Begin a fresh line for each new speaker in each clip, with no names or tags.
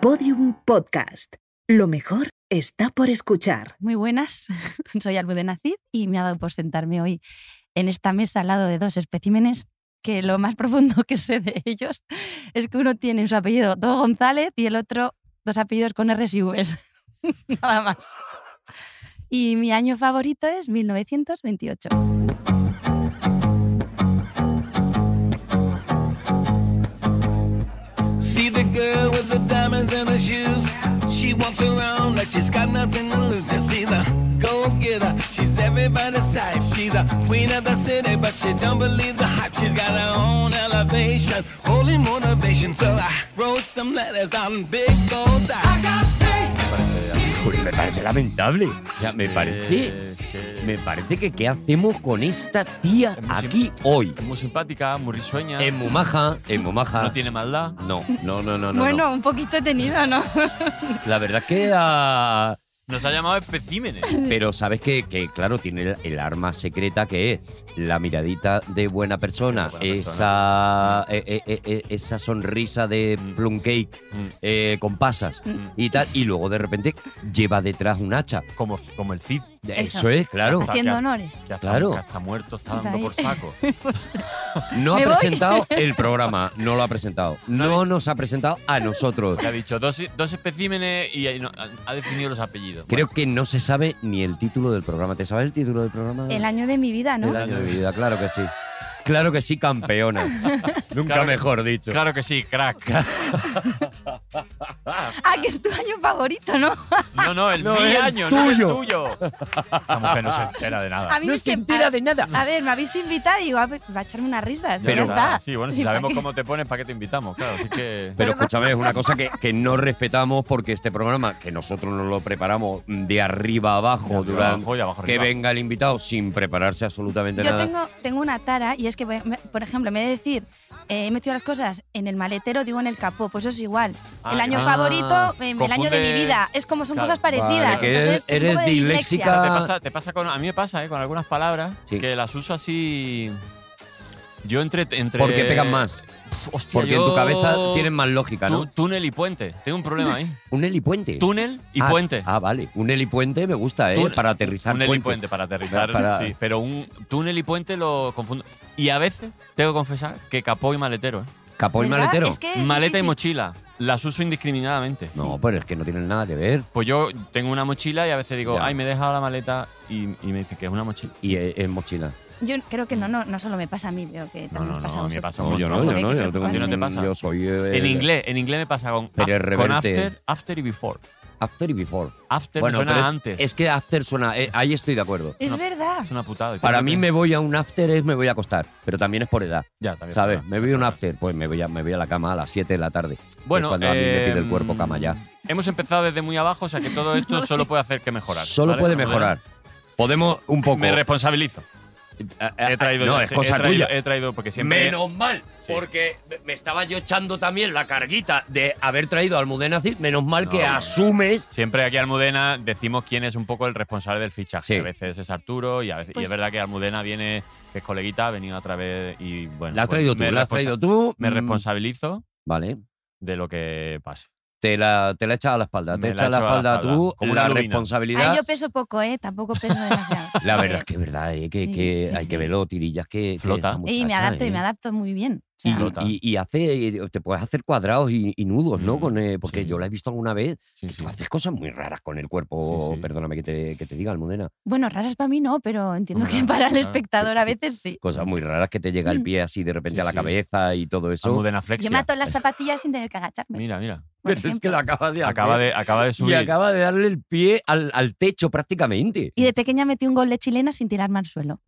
Podium Podcast. Lo mejor está por escuchar.
Muy buenas, soy Almudena Cid y me ha dado por sentarme hoy en esta mesa al lado de dos especímenes que lo más profundo que sé de ellos es que uno tiene en su apellido Do González y el otro dos apellidos con R's y V's. Nada más. Y mi año favorito es 1928.
See the girl with the diamonds in her shoes. She walks around like she's got nothing to lose. Just see the go getter. She's everybody's type. She's a queen of the city, but she don't believe the hype. She's got her own elevation, holy motivation. So I wrote some letters on big goals. I got faith.
Pues me parece lamentable. O sea, me parece,
Es que
me parece que qué hacemos con esta tía
Es muy
aquí
sim-
hoy.
es muy simpática, muy risueña.
En Mumaja, en Mumaja.
No tiene maldad.
No, no, no, no, no,
bueno, un poquito he tenido, ¿no?
no. La verdad es que. ah,
Nos ha llamado especímenes.
pero sabes que, que, claro, tiene el, el arma secreta que es la miradita de buena persona,
De buena
esa, eh, eh, eh, esa sonrisa de
Mm.
plum cake
Mm.
eh, con pasas
Mm.
y tal, y luego de repente lleva detrás un hacha.
Como, como el Cid,
Eso,
Eso.
es, claro.
Hasta
Haciendo
que-
honores.
que hasta,
Claro.
que hasta muerto está
Está
dando
ahí.
por saco.
No ha
¿Me voy?
presentado el programa, no lo ha presentado. No nos ha presentado a nosotros.
Le ha dicho dos, dos especímenes y ahí no- ha definido los apellidos.
Creo que no se sabe ni el título del programa. ¿Te sabes el título del programa?
El año de mi vida, ¿no?
El año de mi vida, claro que sí. Claro que sí, campeona. Nunca
Claro que-
mejor dicho.
Claro que sí, crack.
Ah, que es tu año favorito, ¿no?
No, no, el
No,
mi
el
año,
tuyo.
no el tuyo. La mujer no se entera de nada.
A mí
No
me
se
sep-
entera
a-
de nada.
A ver, me habéis invitado y digo, a ver, va a echarme unas risas.
Pero-
ya está.
Sí, bueno,
Sí,
si
¿para
sabemos
qué?
cómo te pones, ¿para qué te invitamos? Claro, así que.
Pero escúchame, es una cosa que, que no respetamos porque este programa, que nosotros nos lo preparamos de arriba a abajo,
De
durante-
abajo y abajo
que
arriba.
venga el invitado sin prepararse absolutamente
Yo
nada.
tengo, tengo una tara y es que, me- por ejemplo, me he de decir, eh, he metido las cosas en el maletero, digo en el capó, pues eso es igual.
Ah,
el año
ah,
favorito, eh, el año de mi
confundes-
vida. Es como son
Claro.
cosas
Vale,
parecidas.
que
entonces, es un
eres
poco de
disléxica.
O
dislexia.
sea, te pasa, te pasa con, a mí me pasa, ¿eh? con algunas palabras
Sí.
que las uso así. Yo entre. entre
¿Por qué pegan más?
Pf, hostia,
Porque en tu
yo-
cabeza tienen más lógica,
Tú-
¿no?
túnel y puente. Tengo un problema ahí.
Un helipuente.
túnel y
Ah,
puente.
Ah, vale. Un helipuente me gusta, ¿eh?
Tú-
para aterrizar
túnel y
puentes.
puente para aterrizar.
Para-
Sí, pero un túnel y puente lo confundo. Y a veces tengo que confesar que capó y maletero. ¿eh?
Capó y
¿Verdad?
maletero.
Es que es
Maleta y
difícil.
mochila. Las uso indiscriminadamente.
No, pero es que no tienen nada que ver.
Pues yo tengo una mochila y a veces digo,
Ya.
ay, me he dejado la maleta y, y me dicen que es una mochila.
Y es, es mochila.
Yo creo que no, no, no solo me pasa a mí, veo que también
no,
os pasa
no,
a
a mí me
vosotros.
pasa un No, yo montón. no,
Joder,
yo
qué
yo
¿A ti no te
preocupación.
pasa?
Yo soy. eh,
en inglés, en inglés me pasa con,
Pero
af-
es
con
rebelde.
after, after y before.
After y before.
After Este me
pero
suena
es,
antes.
es que after suena. eh, ahí estoy de acuerdo.
Es
No.
verdad. Ah,
Es una putada. Y
Para
creo
mí
que-
me voy a un after es me voy a acostar, pero también es por edad.
Ya, también
¿Sabes?
es
Me voy a un after, pues me voy a, me voy a la cama a las 7 de la tarde. que es
Bueno,
cuando a mí me pide el
eh,
cuerpo cama ya.
Hemos empezado desde muy abajo, o sea que todo esto solo puede hacer que mejorar.
Solo
¿vale?
puede
Como
mejorar. Podemos un poco.
Me responsabilizo.
Ah, ah,
Eh, He traído
No, es cosa
he traído,
tuya.
He traído porque siempre
Menos mal,
Sí.
porque me estaba yo echando también la carguita de haber traído al Almudena Cid. Menos mal que
No.
asumes.
siempre aquí Almudena decimos quién es un poco el responsable del fichaje.
Sí.
A veces es Arturo y a veces y
Pues-
es verdad que Almudena viene que es coleguita, ha venido otra vez y bueno.
La has
pues,
traído tú,
me
la has
responsa-
traído tú.
Me
mm,
responsabilizo
Vale.
de lo que pase.
Te la, te la echas a la espalda.
Me
te
la
echas a la
echo a la
espalda,
espalda,
tú.
como una
la
lubina.
Ah,
responsabilidad.
yo peso poco, ¿eh? Tampoco peso demasiado.
La verdad es que es verdad, eh, que,
Sí,
que
sí,
hay
sí.
que verlo, tirillas que. que
Flota.
esta
Y me
muchacha,
adapto y
eh.
me adapto muy bien. O
Y,
sea,
lo-
Flota.
y- y hace, te puedes hacer cuadrados y, y nudos, ¿no?
Mm,
Con, eh, porque
sí.
yo la he visto alguna vez.
Sí,
que
sí.
tú haces cosas muy raras con el cuerpo.
Sí, sí.
Perdóname que te, que te diga, Almudena.
Bueno, raras para mí no, pero entiendo
Hombre,
que para el
claro.
espectador a veces sí.
cosas muy raras que te llega el
Mm.
pie así de repente
Sí,
a la
sí.
cabeza y todo eso.
Almudena
Yo
Flexia.
me ato las zapatillas sin tener que agacharme.
Mira, mira.
por
Pero es que
ejemplo.
lo acaba de
Acaba
hacer
de, acaba de subir.
y acaba de darle el pie al, al techo prácticamente.
Y de pequeña metí un gol de chilena sin tirarme al suelo.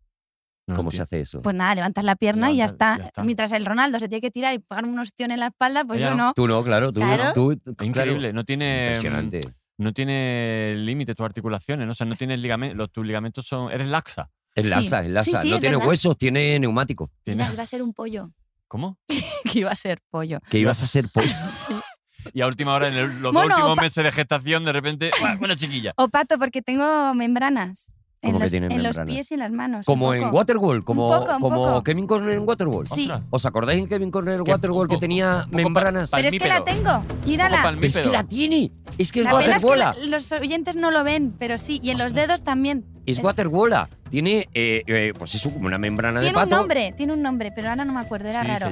No
¿Cómo se
entiendo.
hace eso?
Pues nada, levantas la pierna y ya
Levanta-
está.
ya está.
Mientras el Ronaldo se tiene que tirar y pagar un ostión en la espalda, pues
Ella
yo
no.
no.
tú no, claro, tú,
Claro.
tú- claro.
Increíble, Em, no tiene.
Impresionante.
no tiene límite tus articulaciones, ¿no? o sea, no tienes ligamentos, los, tus ligamentos son, eres laxa.
Enlaza,
Sí,
enlaza.
sí,
no
es
tiene
verdad.
huesos, tiene neumático.
Tienes-
Mira, iba a ser un pollo.
¿Cómo?
que iba a ser pollo.
Que ibas a ser po-
Sí.
Y a última hora, en el- los dos
Bueno,
últimos
pa-
meses de gestación, de repente, ¡buah, una chiquilla.
O pato, porque tengo membranas.
¿Cómo
en,
que
los,
tienen
en los
membrana?
pies y en las manos. un
Como
poco.
en Waterworld, como,
Un poco, un
como
poco.
Kevin Costner en Waterworld.
Sí.
Ostras,
¿Os acordáis de Kevin Costner en
Que-
Waterworld que
un po-
tenía
un poco pa-
membranas?
pa-
Pero es que la tengo.
como
Mírala.
palmípedo.
Pero es que la tiene. Es que es
La pena es que
Waterwola.
la- los oyentes no lo ven, pero sí. Y en los dedos también.
Es
Es-
Waterwola. Tiene, eh, eh, pues eso, como una membrana de
Tiene un
pato.
nombre, tiene un nombre, pero ahora no me acuerdo, era
sí,
raro.
se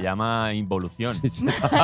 llama involución.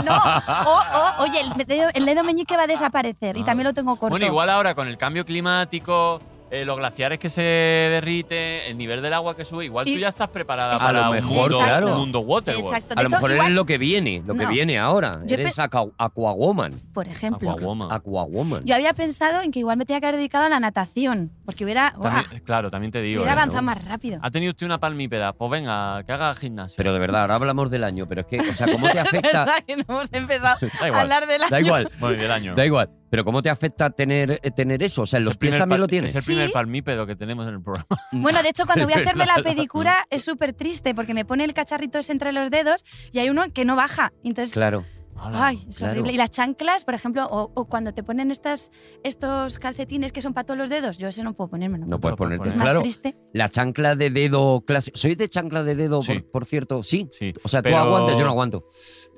no, o- o- oye, el dedo, el dedo meñique va a desaparecer y
Ah.
también lo tengo corto.
Bueno, igual ahora con el cambio climático, eh, los glaciares que se derriten, el nivel del agua que sube, igual
Y-
tú ya estás preparada
A
para
lo
un
mejor,
mundo,
claro.
un mundo waterworld.
Exacto. De
A lo
hecho,
mejor
igual,
es lo que viene, lo que
No.
viene ahora.
Yo
Eres aqua- Aquawoman.
por ejemplo,
Aquawoman.
Aquawoman.
yo había pensado en que igual me tenía que haber dedicado a la natación, porque hubiera, ¡guau!
También- claro, también te digo.
hubiera
¿eh?
avanzado más rápido.
Ha tenido usted una palmípeda. Pues venga, que haga gimnasia.
Pero de verdad, ahora hablamos del año, pero es que, o sea, ¿cómo te
Es
afecta?
verdad que no hemos empezado
da
a
igual.
hablar de la...
da igual,
Muy bien, año.
da igual. Pero ¿cómo te afecta tener, eh, tener eso? O sea, en
Es
los
el
pies
primer
también
pal-
lo tienes.
Es el
Sí.
primer palmípedo que tenemos en el programa.
Bueno, de hecho, cuando voy a
Es
hacerme la
verdad.
pedicura es súper triste, porque me pone el cacharrito ese entre los dedos y hay uno que no baja. Entonces,
Claro.
Ay, es
claro.
horrible. Y las chanclas, por ejemplo, o, o cuando te ponen estas, estos calcetines que son para todos los dedos, yo ese no puedo ponérmelo.
No puedes
lo puedo
ponerte.
es
poner.
más
Claro,
triste.
la chancla de dedo clásica. ¿Sois de chancla de dedo,
Sí.
por, por cierto? Sí.
Sí.
O sea,
Pero-
tú aguantas, yo no aguanto.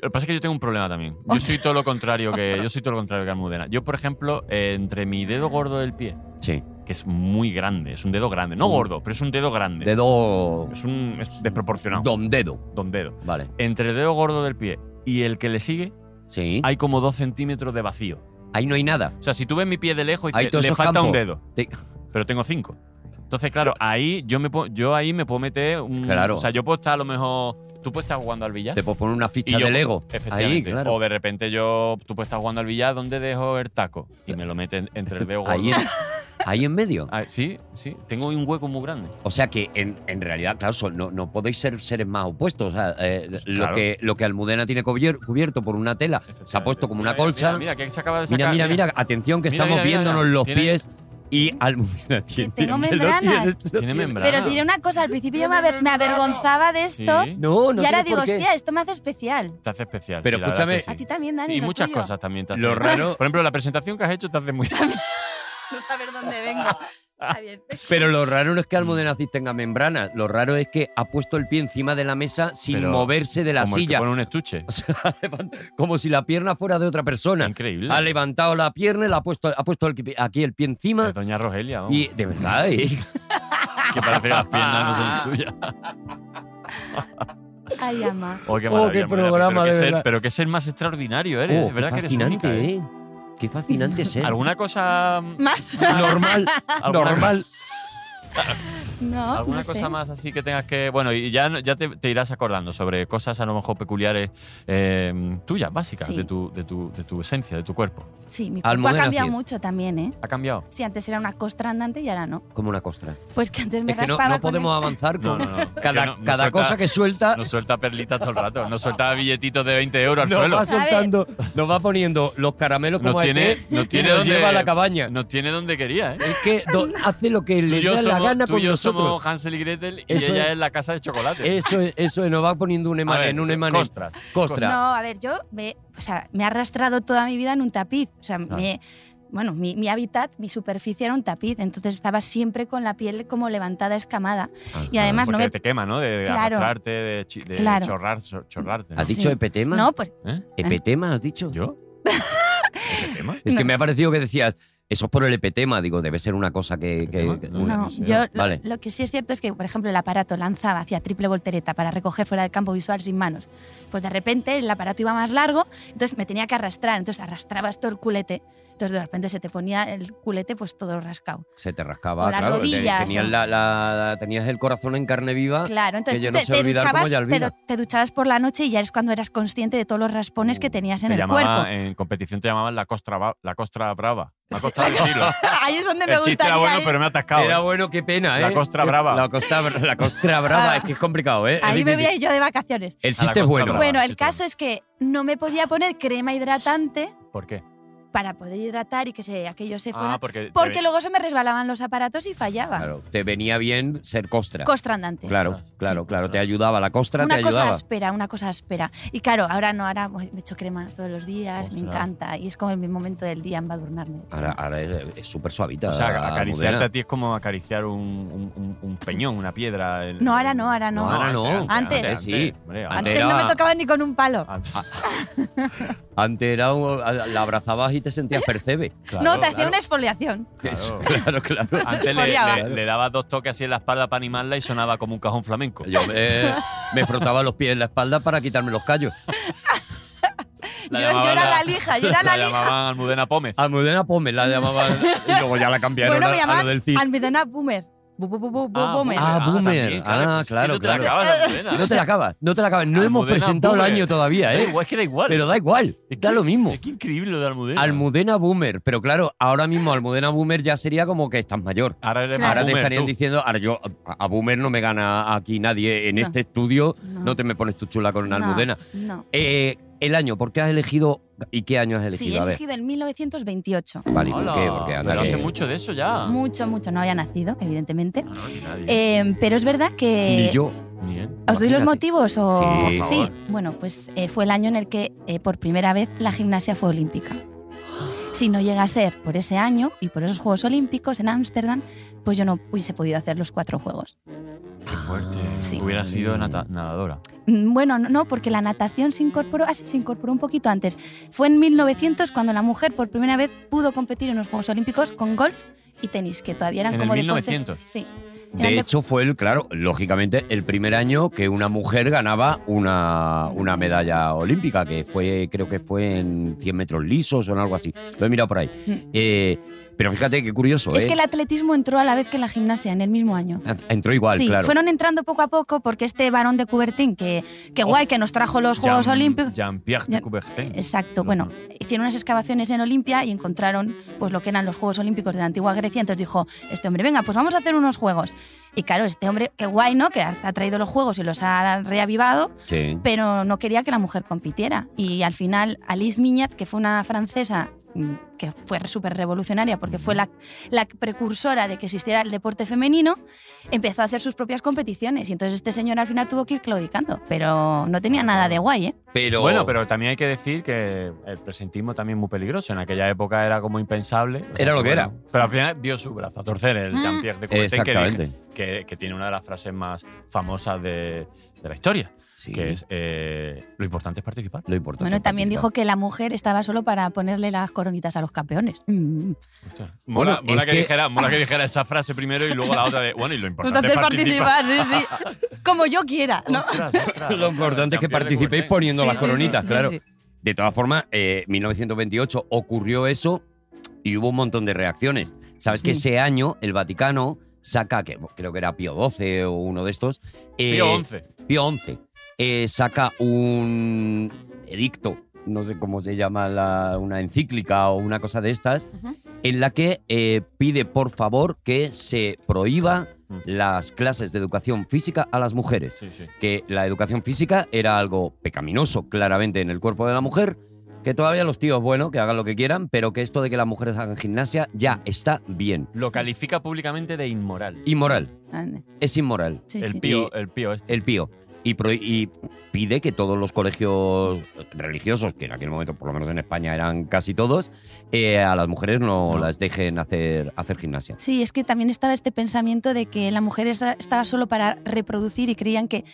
Lo que pasa es que yo tengo un problema también. Yo soy todo lo contrario que yo soy todo lo contrario que Almudena. Yo, por ejemplo, eh, entre mi dedo gordo del pie,
Sí.
que es muy grande, es un dedo grande, no
Sí.
gordo, pero es un dedo grande.
Dedo.
Es un es desproporcionado.
Don dedo.
Don dedo.
Vale.
Entre el dedo gordo del pie y el que le sigue,
Sí.
hay como dos centímetros de vacío.
Ahí no hay nada.
O sea, si tú ves mi pie de lejos,
Ahí
dices,
todos
le
esos
falta
campos".
un dedo.
Te-
Pero tengo cinco. Entonces, claro, ahí yo me puedo- yo ahí me puedo meter un.
Claro.
O sea, yo puedo estar a lo mejor. Tú puedes estar jugando al billar.
Te puedo poner una ficha
Y yo-
de Lego. Ahí,
Efectivamente.
claro.
O de repente yo, tú puedes estar jugando al billar, ¿dónde dejo el taco? Y me lo meten entre el dedo gordo.
Ahí en, ahí en medio.
Ah, sí, sí, tengo un hueco muy grande.
O sea que en, en realidad, claro, son- no, no podéis ser seres más opuestos. O sea, eh, lo,
Pues claro.
que, lo que Almudena tiene cubier- cubierto por una tela se ha puesto como una
Mira, mira,
colcha.
Mira, mira, que se acaba de
Mira,
sacar,
mira, mira, atención que
Mira,
estamos
mira, mira,
viéndonos
mira.
los
Tiene-
pies y Almudena tiene.
tengo
que lo
membranas.
tienes, lo
Tiene
tienes.
membrana.
Pero os diré una cosa, al principio yo me, aver- me avergonzaba de esto
Sí,
No, no
y ahora
tienes
digo,
por qué.
hostia, esto me hace especial.
te hace especial.
Pero
sí, la verdad
escúchame-
que sí.
A ti también, Dani.
Sí, y
lo
muchas
tuyo.
cosas también te hace.
Lo raro-
Por ejemplo, la presentación que has hecho te hace muy
No saber dónde vengo. Está bien.
Pero lo raro no es que Almudena Cid tenga membranas. Lo raro es que ha puesto el pie encima de la mesa sin
Pero
moverse de la
como el que
silla.
pone un estuche.
O sea, ha levant- como si la pierna fuera de otra persona.
Increíble.
Ha levantado la pierna, y la ha puesto, ha puesto el pi- aquí el pie encima.
Es Doña Rogelia, vamos,
Y de verdad, eh,
que parece que las piernas no son suyas.
Ay, ama.
Oh, qué
Oh, qué
maravilla, maravilla.
programa,
pero, que
de
ser,
verdad.
pero que ser más extraordinario eres.
oh,
es verdad
qué
que eres
fascinante,
única, ¿eh?
eh. Qué fascinante ser.
¿Alguna cosa mm,
¿Más?
normal,
alguna-
normal.
No,
¿Alguna
no sé.
cosa más así que tengas que.? Bueno, y ya, ya te, te irás acordando sobre cosas a lo mejor peculiares eh, tuyas, básicas,
Sí.
de, tu, de, tu, de tu esencia, de tu cuerpo.
Sí, mi cuerpo ha
Almudena
cambiado
Cid.
mucho también, ¿eh?
¿Ha cambiado?
Sí, antes era una costra andante y ahora no.
Como una costra.
Pues que antes me
es que no,
raspaba
no
con el-
podemos avanzar con
no.
cada,
Que no- no
cada
suelta-
cosa que suelta.
Nos suelta perlitas todo el rato, nos suelta billetitos de 20 euros al
nos
suelo.
va soltando, nos va poniendo los caramelos
Nos
como a
tiene-
Ete
nos
y
tiene donde-
lleva a la cabaña.
Nos tiene donde quería, ¿eh?
Es que do- hace lo que
Tú
le
y yo,
da la
somos,
gana
tú y
con
yo
nosotros.
somos Hansel y Gretel y
Eso
ella
es.
es. la casa de chocolate.
Eso es, eso es, nos va poniendo un
A
imán
ver,
en un imán. en-
Costras.
Costra.
No, a ver, yo me, o sea, me he arrastrado toda mi vida en un tapiz. O sea,
Claro.
me, bueno, mi, mi hábitat, mi superficie era un tapiz. Entonces estaba siempre con la piel como levantada, escamada. Y además no
Porque
me.
te quema, ¿no? De
Claro.
arrastrarte, de, chi- de
Claro.
chorrar, chor- chorrarte. ¿no?
¿Has dicho
Sí.
epetema?
No, pues.
¿Eh?
¿Epetema has dicho?
¿Yo? ¿Ese tema?
Es que
No.
me ha parecido que decías, eso es por el epetema. Digo, debe ser una cosa que. que- que-
Uy,
No,
no sé.
yo lo-
Vale.
lo, que sí es cierto es que, por ejemplo, el aparato lanzaba hacia triple voltereta para recoger fuera del campo visual sin manos. Pues de repente el aparato iba más largo, entonces me tenía que arrastrar, entonces arrastrabas todo el culete. Entonces de repente se te ponía el culete pues todo rascado.
Se te rascaba,
O las
claro. te-
rodillas,
tenías,
o-
la- la- tenías el corazón en carne viva.
Claro, entonces
Ah, que ya
tú
no
te,
sé
te
olvidar cómo
duchabas,
ya
te,
olvida.
du- te duchabas por la noche y ya es cuando eras consciente de todos los raspones
Uh,
que tenías en
Te
el
llamaba-
eh.
cuerpo.
En competición te llamaban la costra, ba- la costra brava. La costra del siglo.
Ahí es donde me
El chiste
gustaría
era bueno,
ir.
pero me ha atascado.
Era
¿eh?
bueno, qué pena, ¿eh?
La costra brava.
La costa, la costra brava, es que es complicado, ¿eh? Es
Ah. Ahí me voy a
difícil.
ir yo de vacaciones.
El
A la
chiste es
costra
bueno.
brava.
Bueno,
sí,
el
claro.
caso es que no me podía poner crema hidratante
¿Por qué?
para poder hidratar y que se, aquello se fuera.
Ah, porque.
porque luego se me resbalaban los aparatos y fallaba.
Claro, te venía bien ser costra.
Costra andante.
Claro,
Sí,
claro, claro.
costra.
Te ayudaba la costra,
una
te
cosa
ayudaba.
áspera, una cosa áspera. Y claro, ahora no, ahora pues, me echo crema todos los días, me
Ostras.
encanta. Y es como el momento del día embadurnarme.
Ahora, ahora es es súper suavita.
O sea, acariciarte
Almudena.
a ti es como acariciar un, un- un- un peñón, una piedra. el-
No, ahora no, ahora no.
No, ahora no.
Antes.
sí.
hombre,
Antes
Antes
no
era- Ah,
me tocaban ni con un palo.
antes.
Antes era un- a- la abrazabas y te sentías percebe.
no, te hacía
claro.
una exfoliación.
Claro.
Claro, claro.
Antes le,
Exfoliaba.
le- le dabas dos toques así en la espalda para animarla y sonaba como un cajón flamenco.
Yo me, me frotaba los pies en la espalda para quitarme los callos.
Yo,
La
yo
llamaban
era
la-
la lija, yo era la, lija. Ah,
llamaban Almudena Pómez.
Almudena Pómez la llamaba y luego ya la cambiaron
Bueno,
a-
me
a,
llamaban
lo del CID.
Almudena Boomer. Bu- bu- bu- bu- bu- Boomer.
Ah, Boomer.
también,
Ah,
pues,
claro,
es que no te la
claro.
acabas, Almudena.
No te la ¿eh? acabas, no te la acabas. No hemos
Almudena
presentado el
Boomer.
año todavía,
Da
¿eh?
igual, es que da igual.
Pero da igual, da lo mismo.
Es que increíble lo de Almudena.
Almudena Boomer, pero claro, ahora mismo Almudena Boomer ya sería como que estás mayor.
Ahora eres
Claro.
Ahora
más
te
boomer,
estarían
tú.
diciendo, ahora yo, a a Boomer no me gana aquí nadie en
No.
este estudio,
No.
no. te me pones tu chula con una
No,
Almudena.
No.
Eh, el año, ¿por qué has elegido y qué año has elegido?
Sí, he
a ver.
elegido el 1928.
Vale, ¿y
Hola.
¿por qué? Porque Ana
Pero
que-
hace mucho de eso
Ah.
ya.
Mucho, mucho. No había nacido, evidentemente.
No, no, ni nadie.
Eh, pero es verdad que.
Ni yo.
Ni él.
¿Os doy los
Imagínate.
motivos? O...
Sí, por
favor.
Bueno, pues eh, fue el año en el que eh, por primera vez la gimnasia fue olímpica. Si no llega a ser por ese año y por esos Juegos Olímpicos en Ámsterdam, pues yo no hubiese podido hacer los cuatro Juegos.
Qué fuerte.
Sí.
Hubiera sido nata- nadadora.
Mm, Bueno, no, no, porque la natación se incorporó, así se incorporó un poquito antes. Fue en 1900 cuando la mujer por primera vez pudo competir en los Juegos Olímpicos con golf y tenis, que todavía eran
En el
como
1900.
deportes. Sí. Eran
De hecho, fue el, claro, lógicamente, el primer año que una mujer ganaba una, una medalla olímpica, que fue, creo que fue en 100 metros lisos o en algo así. Lo he mirado por ahí.
Mm.
Eh, pero fíjate qué curioso,
Es
¿eh?
que el atletismo entró a la vez que la gimnasia en el mismo año.
Entró igual,
sí,
claro.
fueron entrando poco a poco porque este varón de Coubertin, que, que guay, que nos trajo los Juegos
Jean-
Olímpicos.
Jean-Pierre de
Jean-
Coubertin.
Exacto,
Lo-
bueno, hicieron unas excavaciones en Olimpia y encontraron pues lo que eran los Juegos Olímpicos de la antigua Grecia, entonces dijo este hombre, venga, pues vamos a hacer unos juegos. Y claro, este hombre, qué guay, ¿no? Que ha ha traído los juegos y los ha reavivado,
Sí.
pero no quería que la mujer compitiera. Y al final, Alice Mignat, que fue una francesa mm, que fue súper revolucionaria porque fue la, la precursora de que existiera el deporte femenino, empezó a hacer sus propias competiciones. Y entonces este señor al final tuvo que ir claudicando, pero no tenía nada de guay, ¿eh?
Pero,
Bueno, pero también hay que decir que el presentismo también es muy peligroso. En aquella época era como impensable. O sea,
Era lo que
bueno,
era.
Pero al final dio su brazo a torcer el
Mm.
Jean-Pierre de Coubertin, que, dije-
Exactamente.
que, que tiene una de las frases más famosas de, de la historia,
Sí.
que es eh, lo importante es participar.
Lo importante.
Bueno,
es
también
participar.
dijo que la mujer estaba solo para ponerle las coronitas a los campeones. Mm.
Hostia. Mola,
Bueno,
mola
es
que,
que-
dijera, mola que dijera esa frase primero y luego la otra de, bueno, y lo importante
Entonces
es participar.
participar, sí, sí. Como yo quiera, ¿no?
Ostras, ostras,
Lo
ostras,
importante es que
Jean-Pierre de
participéis
Coubertin.
poniendo
Sí,
las
sí, sí,
coronitas,
sí,
claro.
sí.
De todas formas, eh, 1928 ocurrió eso y hubo un montón de reacciones. Sabes que
Sí.
ese año el Vaticano saca, que creo que era Pío XII o uno de estos, eh,
Pío XI.
Pío XI, eh, saca un edicto, no sé cómo se llama, la- una encíclica o una cosa de estas,
Ujú.
en la que eh, pide por favor que se prohíba
Mm.
las clases de educación física a las mujeres
Sí, sí.
que la educación física era algo pecaminoso, claramente, en el cuerpo de la mujer, que todavía los tíos, bueno, que hagan lo que quieran, pero que esto de que las mujeres hagan gimnasia ya está bien.
Lo califica públicamente de inmoral.
Inmoral,
Ande,
es inmoral,
Sí,
el
sí.
pío, el pío este.
el pío. Y, pro- y pide que todos los colegios religiosos, que en aquel momento, por lo menos en España, eran casi todos, eh, a las mujeres no,
No.
las dejen hacer, hacer gimnasia.
Sí, es que también estaba este pensamiento de que la mujer es- estaba solo para reproducir y creían que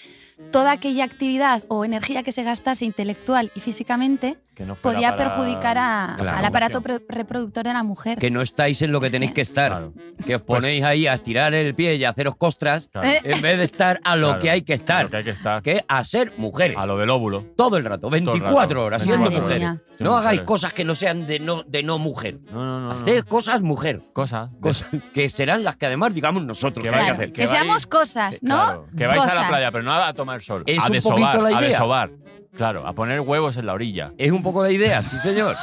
toda aquella actividad o energía que se gastase intelectual y físicamente
que no fuera
podía
para-
perjudicar a-
Claro.
al aparato pre- reproductor de la mujer.
Que no estáis en lo que
Es
tenéis
que-
que estar.
Claro,
Que os
Pues-
ponéis ahí a estirar el pie y a haceros costras,
claro.
Eh,
en vez de estar a lo
Claro.
que hay que estar.
Lo que hay que estar.
que a ser mujeres.
A lo del óvulo.
Todo el rato, 24
rato.
horas
Madre
siendo
mía.
mujeres.
Siendo
No
mujeres. Ah.
hagáis cosas que no sean de no, de no mujer.
No, no, no. no.
Haced cosas mujer.
Cosas.
Cosas que serán las que además digamos nosotros
Que
que hay
vaya-
que
Claro,
hacer.
que,
que vais-
seamos cosas, ¿no?
Claro, que vais a
Cosas.
la playa, pero no a tomar sol.
Es
a
un
desovar,
poquito la
a
idea.
desovar. Claro, a poner huevos en la orilla.
Es un poco la idea, sí señor.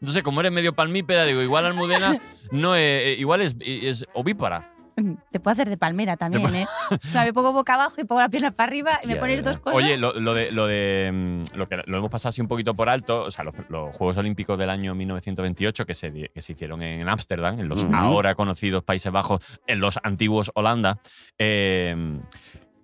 Entonces, como eres medio palmípeda, digo, igual Almudena no eh, es, eh, igual es, es ovípara.
Mm, Te puedo hacer de palmera también, ¿eh? O sea, me pongo boca abajo y pongo las piernas para arriba y me
Ya,
pones
ya,
dos
ya.
cosas.
Oye, lo, lo de, lo de mm, lo que lo hemos pasado así un poquito por alto, o sea, los, los Juegos Olímpicos del año 1928 que se, di- que se hicieron en Ámsterdam, en los
Ujú.
ahora conocidos Países Bajos, en los antiguos Holanda. eh,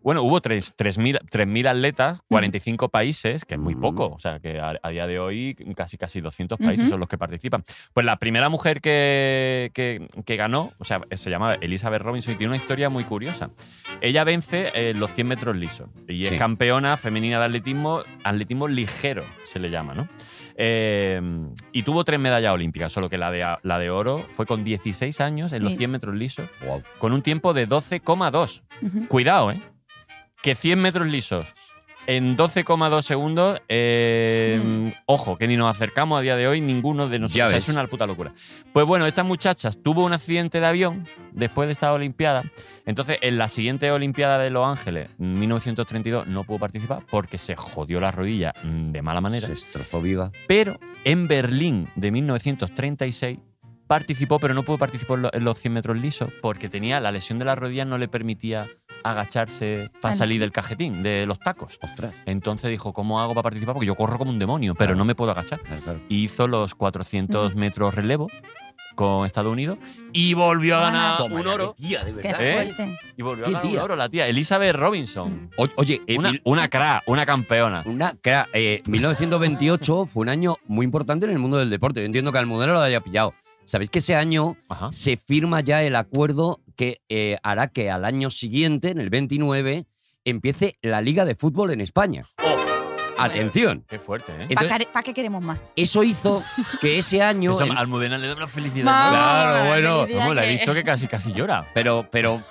bueno, hubo tres- 3.000 3.000 atletas, 45 países, que es muy
Ujú.
poco, o sea, que a, a día de hoy casi casi 200 países
Ujú.
son los que participan. Pues la primera mujer que, que- que ganó, o sea, se llamaba Elizabeth Robinson y tiene una historia muy curiosa. Ella vence eh, los 100 metros lisos y es
Sí.
campeona femenina de atletismo, atletismo ligero se le llama, ¿no? Eh, y tuvo tres medallas olímpicas, solo que la de, a- la de oro fue con 16 años en los
Sí.
100 metros lisos,
Guau.
con un tiempo de 12,2.
Ujú.
Cuidado, ¿eh? Que 100 metros lisos en 12,2 segundos, eh,
Mm.
ojo, que ni nos acercamos a día de hoy ninguno de nosotros.
Ya
O sea,
ves.
es una puta locura. Pues bueno, estas muchachas tuvo un accidente de avión después de esta Olimpiada. Entonces, en la siguiente Olimpiada de Los Ángeles, 1932, no pudo participar porque se jodió la rodilla mm, de mala manera.
Se destrozó viva.
Pero en Berlín de 1936 participó, pero no pudo participar en lo- en los 100 metros lisos porque tenía la lesión de la rodilla, no le permitía agacharse para
Anda.
salir del cajetín, de los tacos.
Ostras.
Entonces dijo, ¿cómo hago para participar? Porque yo corro como un demonio, pero
Claro.
no me puedo agachar.
Claro, claro.
Y hizo los 400 metros relevo con Estados Unidos y volvió a ganar
Toma
un
ya,
oro.
qué Tía, de
Qué
verdad.
¿Eh?
fuerte.
Y volvió a
Qué
ganar un
tía.
oro la tía, Elizabeth Robinson.
O- Oye, eh,
Una,
mil-
una cra, una campeona.
Una cra- eh, 1928 fue un año muy importante en el mundo del deporte. Yo entiendo que Almudena lo haya pillado. ¿Sabéis que ese año
Ajá.
se firma ya el acuerdo que eh, hará que al año siguiente, en el 29, empiece la Liga de Fútbol en España?
Oh.
Atención.
Qué fuerte, ¿eh?
Entonces,
¿Para qué queremos más?
eso hizo que ese año.
Eso,
el-
Almudena le da una felicidad.
Vamos,
¿no?
Claro,
la
bueno,
felicidad
Vamos, la he
que-
visto que casi, casi llora.
pero, pero.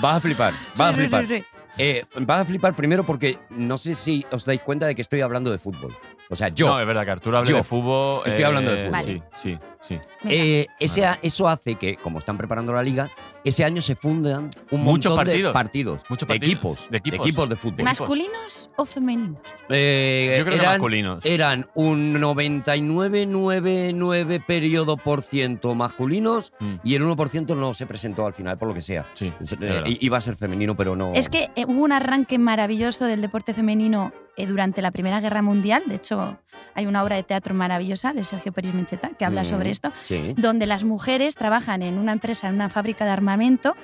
Vas a flipar, vas a
Sí, sí,
flipar.
sí, sí.
Eh, vas a flipar primero porque no sé si os dais cuenta de que estoy hablando de fútbol. O sea, yo.
No, eh, es verdad que Arturo habla
Yo.
de fútbol. eh,
Estoy hablando de
fútbol.
Sí, sí, sí.
Venga.
Eh, ese a- eso hace que, como están preparando la liga, ese año se fundan un
Muchos
montón
partidos.
de partidos,
Muchos
de
partidos,
equipos,
de
de
equipos.
equipos, de fútbol.
Más-
¿Masculinos o femeninos?
Eh,
Yo creo que
eran,
masculinos.
eran un 99,99 periodo por ciento masculinos
Mm,
y el 1% no se presentó al final, por lo que sea.
Sí,
Es- eh,
es verdad.
i- iba a ser femenino, pero no.
Es que eh, hubo un arranque maravilloso del deporte femenino eh, durante la Primera Guerra Mundial. De hecho, hay una obra de teatro maravillosa de Sergio Pérez Mencheta que habla
Mm.
sobre esto,
Sí.
donde las mujeres trabajan en una empresa, en una fábrica de armamento,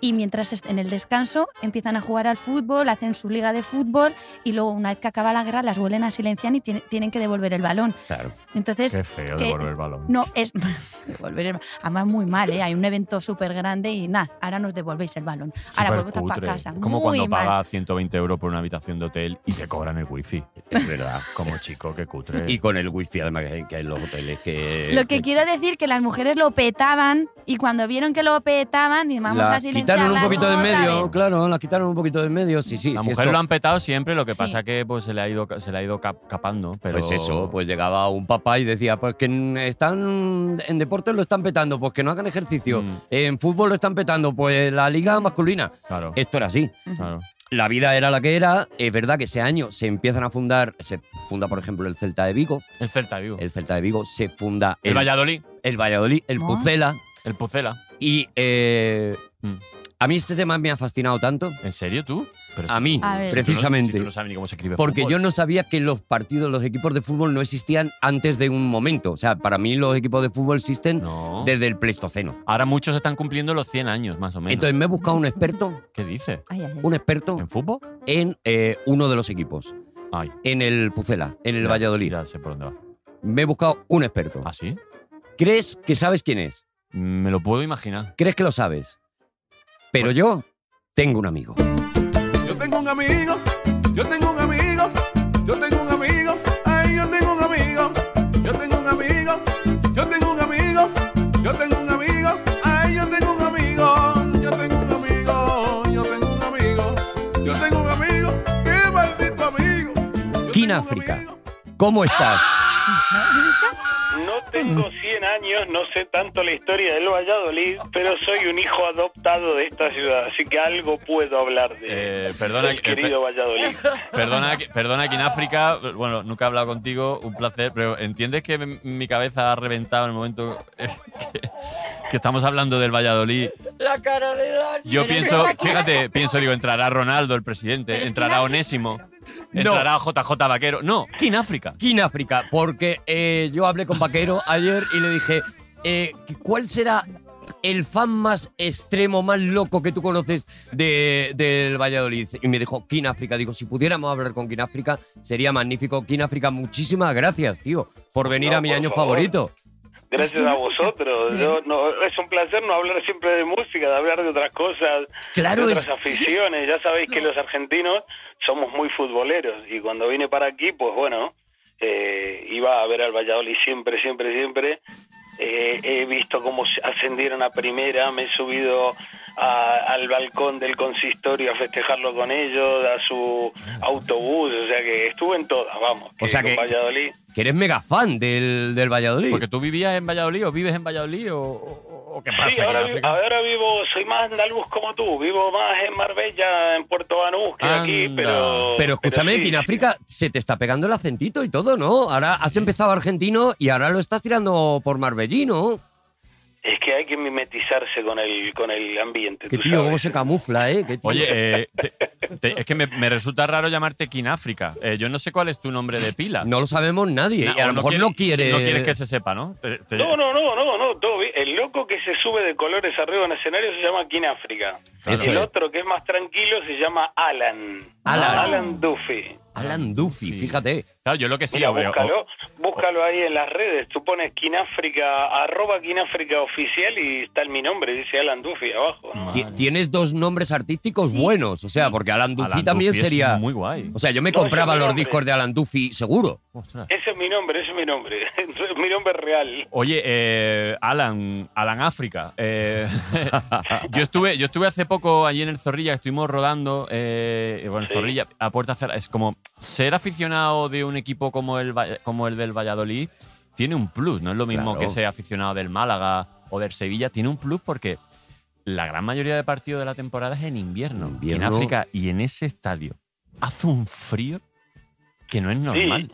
y mientras est- en el descanso empiezan a jugar al fútbol, hacen su liga de fútbol, y luego una vez que acaba la guerra las vuelven a silenciar y tiene- tienen que devolver el balón.
Claro.
Entonces,
Qué feo
que-
de volver el balón.
no es devolver el balón. Además, muy mal, ¿eh? Hay un evento súper grande y nada, ahora nos devolvéis el balón. Ahora
Súper
volvemos para
cutre.
casa.
Como
muy
cuando
mal.
pagas 120 euros por una habitación de hotel y te cobran el wifi.
Es verdad.
Como chico, qué cutre.
Y con el wifi, además, que hay- que hay en los hoteles que.
Lo que quiero decir que las mujeres lo petaban y cuando vieron que lo petaban, y vamos
la
a silenciar.
quitaron un poquito de en medio, claro, la quitaron un poquito de en medio, sí, sí.
la
sí,
mujer
esto-
lo han petado siempre, lo que
Sí.
pasa que pues, se le ha ido, se le ha ido cap- capando. Pero...
Pues eso, pues llegaba un papá y decía, pues que en- están en deportes lo están petando, pues que no hagan ejercicio.
Mm,
En fútbol lo están petando, pues la liga masculina.
claro,
Esto era así.
claro.
La vida era la que era. Es verdad que ese año se empiezan a fundar, se funda, por ejemplo, el Celta de Vigo.
El Celta Vigo. El,
El Celta de Vigo se funda el,
Valladolid.
el Valladolid, el
Ah.
Pucela.
El Pucela.
Y eh,
Mm.
a mí este tema me ha fascinado tanto.
¿En serio tú? Pero
A
si-
mí,
A ver.
si tú no-
precisamente.
si tú no sabes ni cómo se escribe
Porque yo no sabía que los partidos, los equipos de fútbol no existían antes de un momento. O sea, para mí los equipos de fútbol existen
No.
desde el Pleistoceno.
Ahora muchos están cumpliendo los 100 años, más o menos.
Entonces me he buscado un experto,
¿Qué dices?
Ay, ay, ay.
un experto
¿En fútbol?
en eh, uno de los equipos,
Ay.
en el Pucela, en el
ya-
Valladolid.
Ya sé por dónde va.
Me he buscado un experto.
¿Ah, sí?
¿Crees que sabes quién es?
Mm, Me lo puedo imaginar.
¿Crees que lo sabes? Pero yo tengo un amigo.
Yo tengo un amigo, yo tengo un amigo, yo tengo un amigo, ay, yo tengo un amigo, yo tengo un amigo, yo tengo un amigo, yo tengo un amigo, ay, yo tengo un amigo, yo tengo un amigo, yo tengo un amigo, yo tengo un amigo, qué maldito amigo. Yo tengo un
Kin África.
amigo.
¿Cómo estás?
No tengo 100 años, no sé tanto la historia del Valladolid, pero soy un hijo adoptado de esta ciudad, así que algo puedo hablar de
Eh, perdona,
del
que-
querido Valladolid.
Perdona, que- perdona que en África, bueno, nunca he hablado contigo, un placer, pero ¿entiendes que m- mi cabeza ha reventado en el momento que, que estamos hablando del Valladolid?
La cara de Dani.
Yo
Pero
pienso,
es verdad.
fíjate, pienso, digo, entrará Ronaldo, el
Pero
presidente,
es que
entrará
en África-
Onésimo,
No.
entrará JJ Vaquero. No, ¿quién África?
King África, porque eh, yo hablé con Vaquero ayer y le dije, eh, ¿cuál será el fan más extremo, más loco que tú conoces de- del Valladolid? Y me dijo, King África. Digo, si pudiéramos hablar con King África, sería magnífico. King África, muchísimas gracias, tío, por venir
No,
a mi
por
año
favor.
favorito.
Gracias a vosotros. Yo no- es un placer no hablar siempre de música, de hablar de otras cosas,
Claro,
de
es
otras aficiones. Ya sabéis que los argentinos somos muy futboleros y cuando vine para aquí, pues bueno, eh, iba a ver al Valladolid siempre, siempre, siempre. Eh, he visto cómo se- ascendieron a primera, me he subido a- al balcón del consistorio a festejarlo con ellos, a su autobús, o sea que estuve en todas, vamos.
O sea
con
que-
Valladolid.
que eres mega fan del, del Valladolid.
Porque tú vivías en Valladolid o vives en Valladolid o, o- o qué pasa
Sí,
aquí
ahora,
en
vi-
África.
ahora vivo, soy más andaluz como tú, vivo más en Marbella, en Puerto Banús que aquí,
Anda.
pero...
Pero escúchame,
sí,
que en
sí.
África se te está pegando el acentito y todo, ¿no? Ahora has empezado argentino y ahora lo estás tirando por marbellino.
Es que hay que mimetizarse con el, con el ambiente.
Qué
tú
tío,
sabes.
cómo se camufla, ¿eh? Qué tío.
Oye, eh, te- te- es que me, me resulta raro llamarte King África. Eh, yo no sé cuál es tu nombre de pila.
no lo sabemos nadie. ¿eh?
Na-
y a
o
lo mejor no quiere.
No quieres que se sepa, ¿no? Te- te-
No, no, no, no, no, todo bien. El loco que se sube de colores arriba en escenario se llama King África.
Eso ¿eh?
el
es.
otro que es más tranquilo se llama Alan.
Alan.
Duffy.
Alan Duffy,
Sí.
fíjate.
Claro, yo lo que sí
Mira,
veo. oh,
búscalo, búscalo ahí en las redes. Tú pones Kináfrica, arroba Kináfrica oficial y está en mi nombre, dice Alan Duffy abajo. ¿no?
Ti- Tienes dos nombres artísticos
Sí,
buenos. O sea,
sí.
porque Alan Duffy
Alan
también
Duffy es
sería.
Muy guay.
O sea, yo me
No,
compraba
ese es mi
los
nombre.
discos de Alan Duffy, seguro.
Ostras.
Ese es mi nombre, ese es mi nombre. es mi nombre real.
Oye, eh, Alan, Alan África. eh, yo estuve, yo estuve hace poco allí en el Zorrilla, estuvimos rodando, eh, bueno, el
Sí.
Zorrilla a puerta cerrada. Es como ser aficionado de un equipo como el, Va- como el del Valladolid tiene un plus, no es lo mismo
Claro.
que ser aficionado del Málaga o del Sevilla, tiene un plus porque la gran mayoría de partidos de la temporada es en invierno,
En
y en
invierno.
África y en ese estadio hace un frío que no es normal.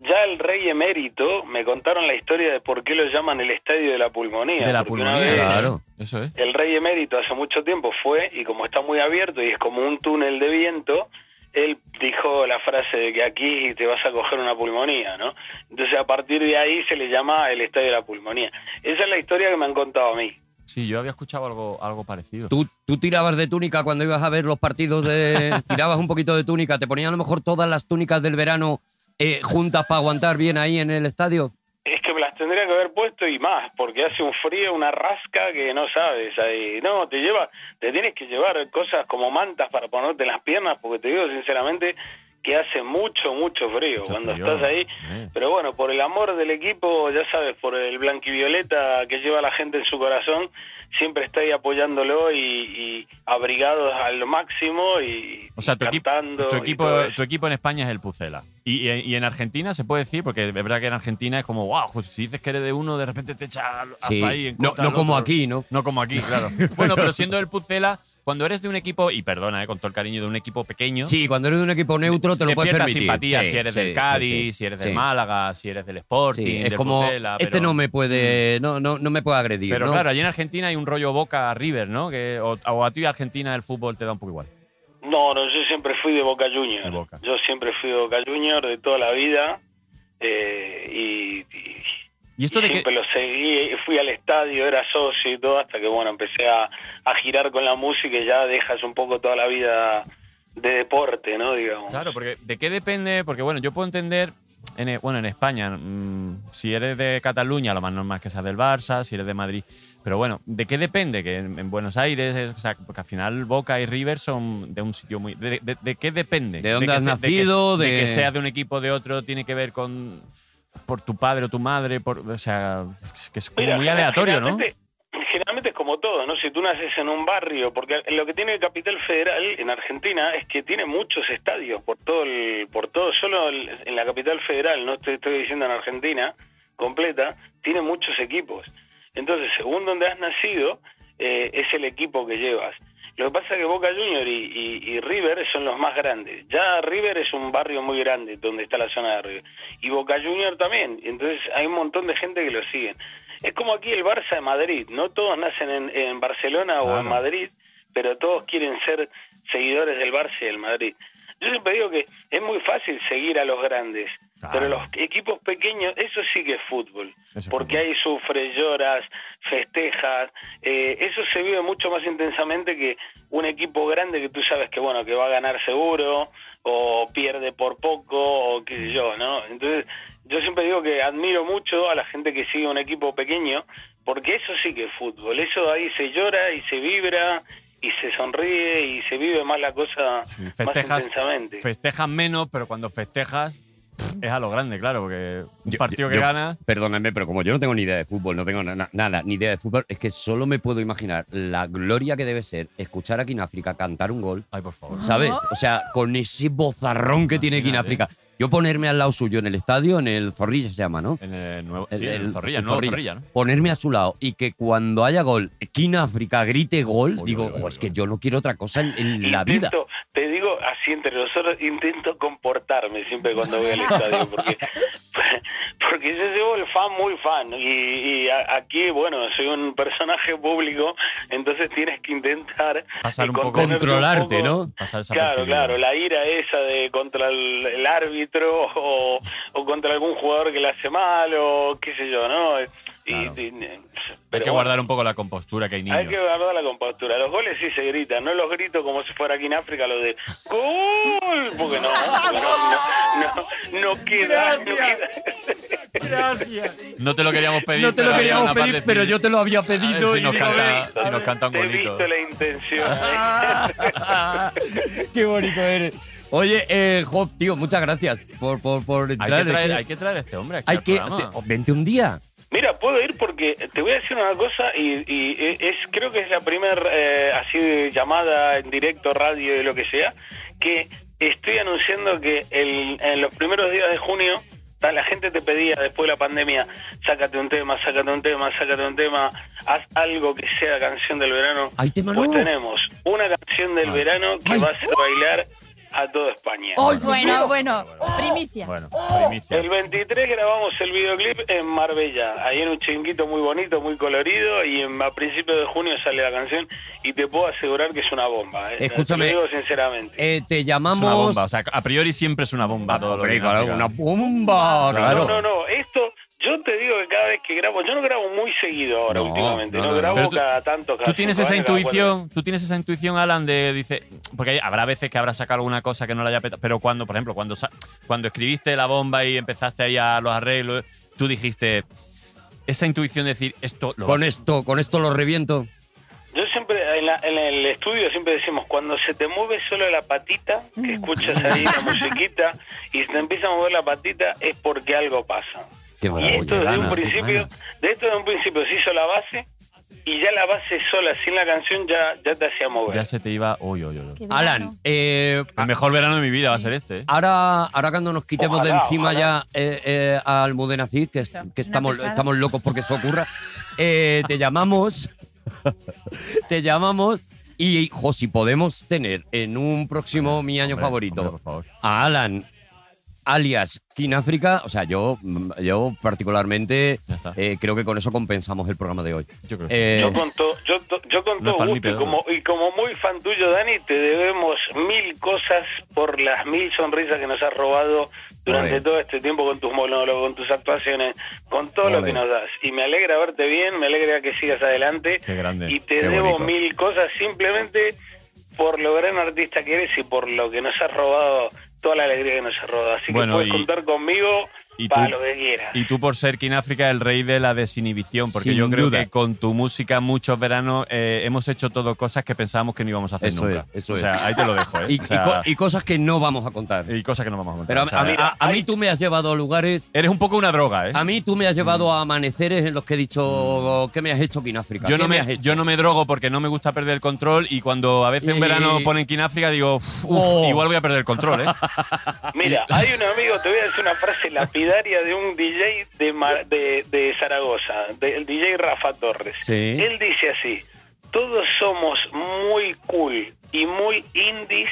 Ya el rey emérito me contaron la historia de por qué lo llaman el estadio de la pulmonía.
De la
porque una
pulmonía,
vez
claro.
Eso es.
El rey emérito hace mucho tiempo fue y como está muy abierto y es como un túnel de viento, él dijo la frase de que aquí te vas a coger una pulmonía, ¿no? Entonces a partir de ahí se le llama el estadio de la pulmonía. Esa es la historia que me han contado a mí.
Sí, yo había escuchado algo, algo parecido.
Tú, tú tirabas de túnica cuando ibas a ver los partidos de. tirabas un poquito de túnica, te ponían a lo mejor todas las túnicas del verano eh, juntas para aguantar bien ahí en el estadio.
Es que me las tendría que haber puesto y más, porque hace un frío, una rasca que no sabes ahí. No, te lleva, te tienes que llevar cosas como mantas para ponerte en las piernas, porque te digo sinceramente que hace mucho, mucho frío
Mucho
cuando
frío,
estás ahí.
eh.
Pero bueno, por el amor del equipo, ya sabes, por el blanquivioleta que lleva la gente en su corazón, siempre está ahí apoyándolo y, y abrigados al máximo y
O sea, tu, equipo,
cantando
tu,
y
equipo,
todo eso.
tu equipo en España es el Pucela. Y, y- y en Argentina se puede decir, porque es verdad que en Argentina es como, wow, pues si dices que eres de uno, de repente te echa al-
Sí.
hasta ahí. en
No,
contra
no
del
como
otro.
aquí, ¿no?
No como aquí, claro. bueno, pero siendo el Pucela, cuando eres de un equipo, y perdona, eh, con todo el cariño, de un equipo pequeño,
Sí, cuando eres de un equipo neutro te lo puedes
despierta
permitir.
simpatía
Sí,
si eres
sí,
del
sí,
Cádiz,
sí.
si eres
Sí.
del Málaga, si eres del Sporting,
Sí, es
del
como,
Pucela,
este
pero- Mm.
no me puede, no, no, no me puede agredir.
Pero
¿no?
claro, allí en Argentina hay un rollo boca River, ¿no? Que, o, o a ti Argentina el fútbol te da un poco igual.
No, no, yo siempre fui de Boca
De
Junior.
Boca.
Yo siempre fui de Boca Junior de toda la vida. eh, y, y-
Y esto
y
de que.
siempre lo seguí, fui al estadio, era socio y todo, hasta que bueno, empecé a, a girar con la música y ya dejas un poco toda la vida de deporte, ¿no? Digamos.
Claro, porque ¿de qué depende? Porque bueno, yo puedo entender, en, e, bueno, en España, mm, si eres de Cataluña, lo más normal es que seas del Barça, si eres de Madrid, pero bueno, ¿de qué depende? Que en, en Buenos Aires, eh, o sea, porque al final Boca y River son de un sitio muy... ¿De, de- de qué depende?
¿De dónde
que
has
sea- que-
nacido?
De...
De-
que seas de un equipo o de otro, tiene que ver con... Por tu padre o tu madre, por, o sea, es que es como
Mira,
muy aleatorio, ¿no?
generalmente- Generalmente, realmente es como todo, ¿no? Si tú naces en un barrio, porque lo que tiene Capital Federal en Argentina es que tiene muchos estadios por todo, el, por todo, solo el- en la Capital Federal, no estoy, estoy diciendo en Argentina completa, tiene muchos equipos. Entonces, según donde has nacido, eh, es el equipo que llevas. Lo que pasa es que Boca Junior y, y- y River son los más grandes. Ya River es un barrio muy grande donde está la zona de River. Y Boca Junior también. Entonces hay un montón de gente que lo siguen. Es como aquí el Barça de Madrid. No todos nacen en, en Barcelona o en
Claro.
Madrid, pero todos quieren ser seguidores del Barça y del Madrid. Yo siempre digo que es muy fácil seguir a los grandes, pero los equipos pequeños, eso sí que es fútbol porque ahí sufres, lloras, festejas. eh, eso se vive mucho más intensamente que un equipo grande que tú sabes que bueno que va a ganar seguro o pierde por poco o qué sé yo, ¿no? Entonces yo siempre digo que admiro mucho a la gente que sigue un equipo pequeño porque eso sí que es fútbol. Eso ahí se llora y se vibra y se sonríe y se vive más la cosa
Sí,
más
festejas,
intensamente.
festejas menos, pero cuando festejas pff, es a lo grande, claro, porque un
Yo-
partido que
yo-
gana.
Perdóname, pero como yo no tengo ni idea de fútbol, no tengo na- na- nada, ni idea de fútbol, es que solo me puedo imaginar la gloria que debe ser escuchar a África cantar un gol,
Ay, por favor.
¿sabes? O sea, con ese bozarrón
Ah,
que tiene
Imagínate.
África. Yo ponerme al lado suyo en el estadio, en el Zorrilla se llama, ¿no?
En el nuevo,
El-
sí, en el
el-
Zorrilla,
el
nuevo
Zorrilla.
Zorrilla, ¿no?
Ponerme a su lado y que cuando haya gol, África grite gol,
Oye,
digo,
oye,
"Jo,
oye,
es que
oye".
yo no quiero otra cosa en, en la vida.
Intento, Te digo así entre nosotros, intento comportarme siempre cuando voy al estadio, porque, porque yo llevo el fan muy fan, y, y a- aquí, bueno, soy un personaje público, entonces tienes que intentar
Pasar
eh,
un poco-
contenerte un
Controlarte,
poco.
¿no?
Pasar esa
Claro, claro, la ira esa de contra el, el árbitro o, o contra algún jugador que le hace mal o qué sé yo, ¿no? Y-
Claro.
y-
Hay
pero
que
bueno.
guardar un poco la compostura que hay niños.
Hay que guardar la compostura. Los goles sí se gritan, no los grito como si fuera aquí en África, lo de ¡Gol! Porque no, porque no, no, no, no queda, no queda.
No te lo queríamos pedir. pero había una parte de-
lo había
A ver si nos canta, si nos canta un
Te he
golito.
visto la intención. ¿eh?
Qué bonito eres. Oye, eh, Job, tío, muchas gracias por, por, por
Hay
entrar.
que,
Es
traer,
que-
hay que traer a este hombre aquí
hay
al
que-
programa.
te- vente un día.
Mira, puedo ir porque te voy a decir una cosa y, y e-, es creo que es la primera así de llamada en directo, radio y lo que sea, que estoy anunciando que el- en los primeros días de junio ta- la gente te pedía después de la pandemia, sácate un tema, sácate un tema, sácate un tema, haz algo que sea canción del verano.
Hay tema
Pues
nuevo.
tenemos una canción del verano que
Ay.
va a hacer bailar a toda España.
Bueno, bueno, primicia.
Bueno, primicia.
El 23 grabamos el videoclip en Marbella, ahí en un chinguito muy bonito, muy colorido, y en- a principios de junio sale la canción y te puedo asegurar que es una bomba. ¿eh?
Escúchame.
Te lo digo sinceramente.
Eh, te
Es
llamamos.
una bomba. O sea, a priori siempre es una bomba. todo lo que
Ah, Hombre,
viene
claro,
a
una
África.
bomba, claro.
No, no, no, esto yo te digo que cada vez que grabo, yo no grabo muy seguido ahora
No,
últimamente,
no,
no,
no, no.
Pero
grabo
tú-
cada tanto. cada
Tú tienes
cinco
esa
años, cada
intuición, tú tienes esa intuición, Alan, de dice, porque hay- habrá veces que habrá sacado alguna cosa que no la haya petado, pero cuando, por ejemplo, cuando sa- cuando escribiste la bomba y empezaste ahí a los arreglos, tú dijiste esa intuición de decir esto lo
Con esto, con esto lo reviento.
cuatro. Yo siempre, en, la- en el estudio siempre decimos, cuando se te mueve solo la patita, que escuchas ahí la musiquita, y se te empieza a mover la patita, es porque algo pasa.
Qué
Y esto
maravilla.
desde
Ana,
un
qué
principio,
gana.
de esto desde un principio se hizo la base y ya la base sola, sin la canción, ya, ya te hacía mover.
ya se te iba, uy, uy, uy, uy.
Qué verano.
Alan, eh,
El mejor verano de mi vida va a ser este. ¿eh?
Ah, ahora, ahora cuando nos quitemos de
Ojalá,
encima
ojalá.
ya eh, eh, a Almudena Cid, que,
Eso,
que
es una
estamos,
pesada.
estamos locos porque eso ocurra, eh, te llamamos. te llamamos. Y, jo, si podemos tener en un próximo mi año
Hombre,
favorito
hombre, por favor.
a Alan, alias Kináfrica, o sea, yo, yo particularmente
Ya está.
eh, creo que con eso compensamos el programa de hoy.
Yo creo. que-
Eh,
Yo con, to- yo to- yo con
No es
todo
pan ni
gusto y
pedo.
como, y como muy fan tuyo, Dani, te debemos mil cosas por las mil sonrisas que nos has robado durante
Ole.
todo este tiempo con tus monólogos, con tus actuaciones, con todo lo
Ole.
que nos das. Y me alegra verte bien, me alegra que sigas adelante.
Qué grande,
Y te
qué
debo
bonito.
mil cosas simplemente por lo gran artista que eres y por lo que nos has robado, toda la alegría que nos has robado. Así
Bueno,
que puedes
y-
contar conmigo
Y tú,
para lo que quieras.
y tú por ser King África, el rey de la desinhibición, porque
Sin
yo creo
duda.
que con tu música muchos veranos eh, hemos hecho todo cosas que pensábamos que no íbamos a hacer
Eso
nunca.
es, eso
o
es.
sea, ahí te lo dejo, ¿eh?
Y,
O
y
sea,
co- y cosas que no vamos a contar.
y cosas que no vamos a contar.
Pero a,
o sea, ah,
a mí- a- a mí tú me has llevado a lugares.
eres un poco una droga, ¿eh? Mm.
A mí tú me has llevado a amaneceres en los que he dicho, "Oh, ¿qué me has hecho, Kináfrica?
Yo
¿Qué
no, me,
has hecho?
yo no me drogo porque no me gusta perder el control y cuando a veces un
Y-
verano ponen King África digo, "Uf, uf,
Oh.
igual voy a perder el control, ¿eh?
Mira, hay un amigo, te voy a decir una frase lapidaria de un DJ de, Mar- de, de Zaragoza, del DJ Rafa Torres.
Sí.
Él dice así, todos somos muy cool y muy indies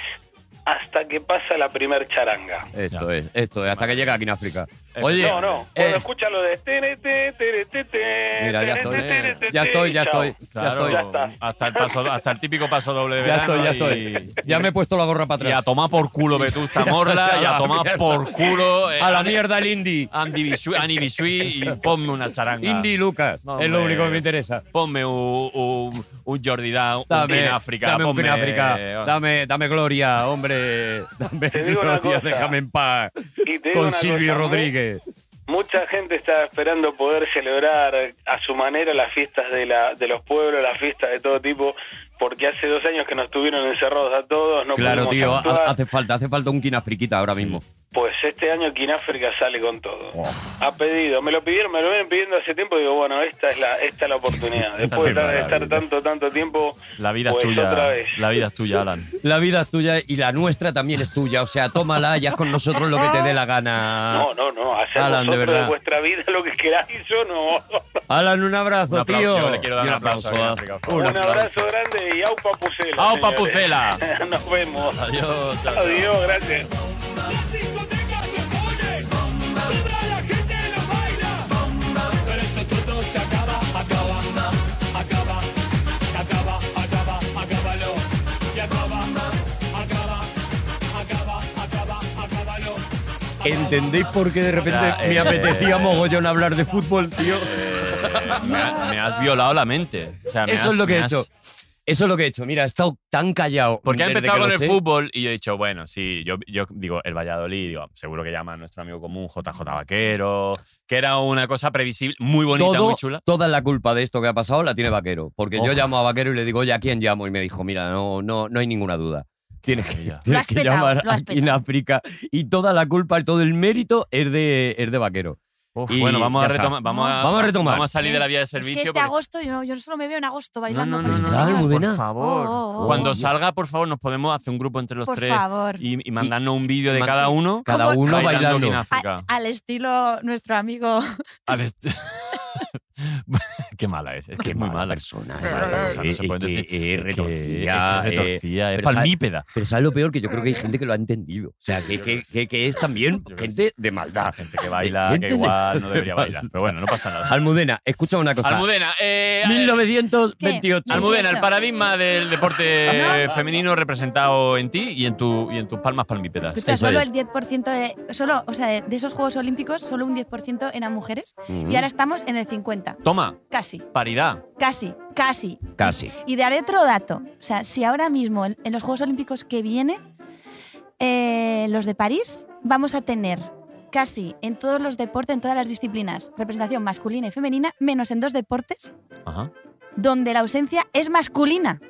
hasta que pasa la primer charanga.
Esto es, esto es, hasta que llega a Kináfrica.
Eh,
Oye,
No, no,
eh,
cuando escucha lo de... tere, tere, tere, tere,
Mira, ya estoy, eh,
tere, tere,
ya estoy, ya
chao.
estoy, ya
Claro,
estoy.
Ya está.
Hasta, el paso, hasta el típico paso doble
ya
de verano.
estoy, ya
y-
estoy. Ya me he puesto la gorra para
Y a
atrás.
tomar por culo Vetusta Morla, y a tomar por culo eh,
A la mierda el Indy.
Andy Bisui, Annie Bisui, y ponme una charanga.
Indy y Lucas.
No,
es lo
hombre.
único que me interesa.
Ponme un, un, un Jordi Down, un
Dame,
King África.
dame un
ponme-
Queen África. Dame, dame gloria, hombre. Dame
Te digo una
gloria,
cosa.
déjame en paz.
Y te digo
Con
una
Silvio
cosa, ¿eh? muy-
Rodríguez.
Mucha gente está esperando poder celebrar a su manera las fiestas de, la, de los pueblos, las fiestas de todo tipo, porque hace dos años que nos tuvieron encerrados a todos, no
claro,
pudimos
tío, ha-
actuar.
hace falta, hace falta un quinafriquita ahora mismo.
Pues este año Kináfrica sale con todo. Ha pedido, me lo pidieron, me lo vienen pidiendo hace tiempo y digo, bueno, esta es la, esta es la oportunidad.
Esta es
Después de estar,
la
de estar
maravilla.
tanto, tanto tiempo,
La vida
pues
es tuya.
otra vez.
La vida es tuya, Alan.
La vida es tuya y la nuestra también es tuya. O sea, tómala y haz con nosotros lo que te dé la gana.
No, no, no, hacer
Ah. Alan, de
vosotros de,
verdad.
vuestra vida lo que queráis, yo no.
Alan, un abrazo,
Un apla-
tío.
yo le quiero dar
Y ¿eh?
un aplauso a África, por favor.
Un, abrazo grande y au papucela.
¡Au,
señores.
papucela!
Nos vemos.
Adiós, chao, chao.
Adiós, gracias.
Las discotecas se ponen, vibra la gente y lo baila. Pero esto todo se acaba, acaba, acaba, acaba, acaba, acábalo. Y acaba, acaba, acaba, acaba, acábalo.
¿Entendéis por qué de repente
O sea,
me
eh,
apetecía mogollón hablar de fútbol, tío?
Eh, me, ha- me has violado la mente. O sea, me
Eso
has-
es lo que
me
he
has-
hecho. Eso es lo que he hecho. Mira, he estado tan callado.
Porque ha
desde
empezado
que
con
lo
el
sé.
fútbol y yo he dicho, bueno, sí, yo, yo digo, el Valladolid, digo, seguro que llama a nuestro amigo común JJ Vaquero, que era una cosa previsible, muy bonita,
Todo-
muy chula.
Toda la culpa de esto que ha pasado la tiene Vaquero. Porque
Ojo.
yo llamo a Vaquero y le digo, oye, ¿a quién llamo? Y me dijo, mira, no, no, no hay ninguna duda. Tienes que,
maravilla.
tienes
has
que
petado,
llamar
lo has
aquí en
petado.
África. Y toda la culpa, todo el mérito es de, es de Vaquero.
Uf,
Y
bueno, vamos a,
ya está.
retomar, vamos, a,
Vamos a retomar.
Vamos a salir de la vía de servicio.
es que este
porque-
agosto, yo, no- yo solo me veo en agosto
No,
bailando.
no, no,
con este
no,
Está,
no,
señor.
Almudena.
por favor.
Oh, oh, oh.
Cuando
Oh.
salga, por favor, nos podemos hacer un grupo entre los
Por
tres
favor.
Y, y mandarnos un vídeo de
Y-
cada uno.
Cada
¿Cómo-
uno
cómo-
bailando.
en
A-
África.
al estilo nuestro amigo.
Al est- Qué mala es, es que es muy mala.
persona. Eh,
Es mala persona, no se puede decir.
eh,
Es que-
retorcida.
es que es retorcida, es
pero sabe-
palmípeda.
eh. Pero ¿sabes lo peor? Que yo creo que hay gente que lo ha entendido. O sea, que, que, que, que es también
Yo creo que
gente de maldad.
Gente que baila,
Gente
que
de-
igual no
de
debería
maldad.
bailar. Pero bueno, no pasa nada.
Almudena, escucha una cosa.
Almudena, eh,
1928.
¿Qué?
Almudena, el
18.
paradigma del deporte femenino representado en ti y en, tu, y en tus palmas palmípedas.
Escucha,
Eso
solo
es.
el 10% de. Solo, o sea, de, de esos Juegos Olímpicos, solo un 10% eran mujeres.
Mm,
Y ahora estamos en el 50.
Toma,
Casi,
paridad.
casi, casi.
Casi.
Y daré otro dato. O sea, si ahora mismo en, en los Juegos Olímpicos que viene, eh, los de París, vamos a tener casi en todos los deportes, en todas las disciplinas, representación masculina y femenina, menos en dos deportes
Ajá.
donde la ausencia es masculina,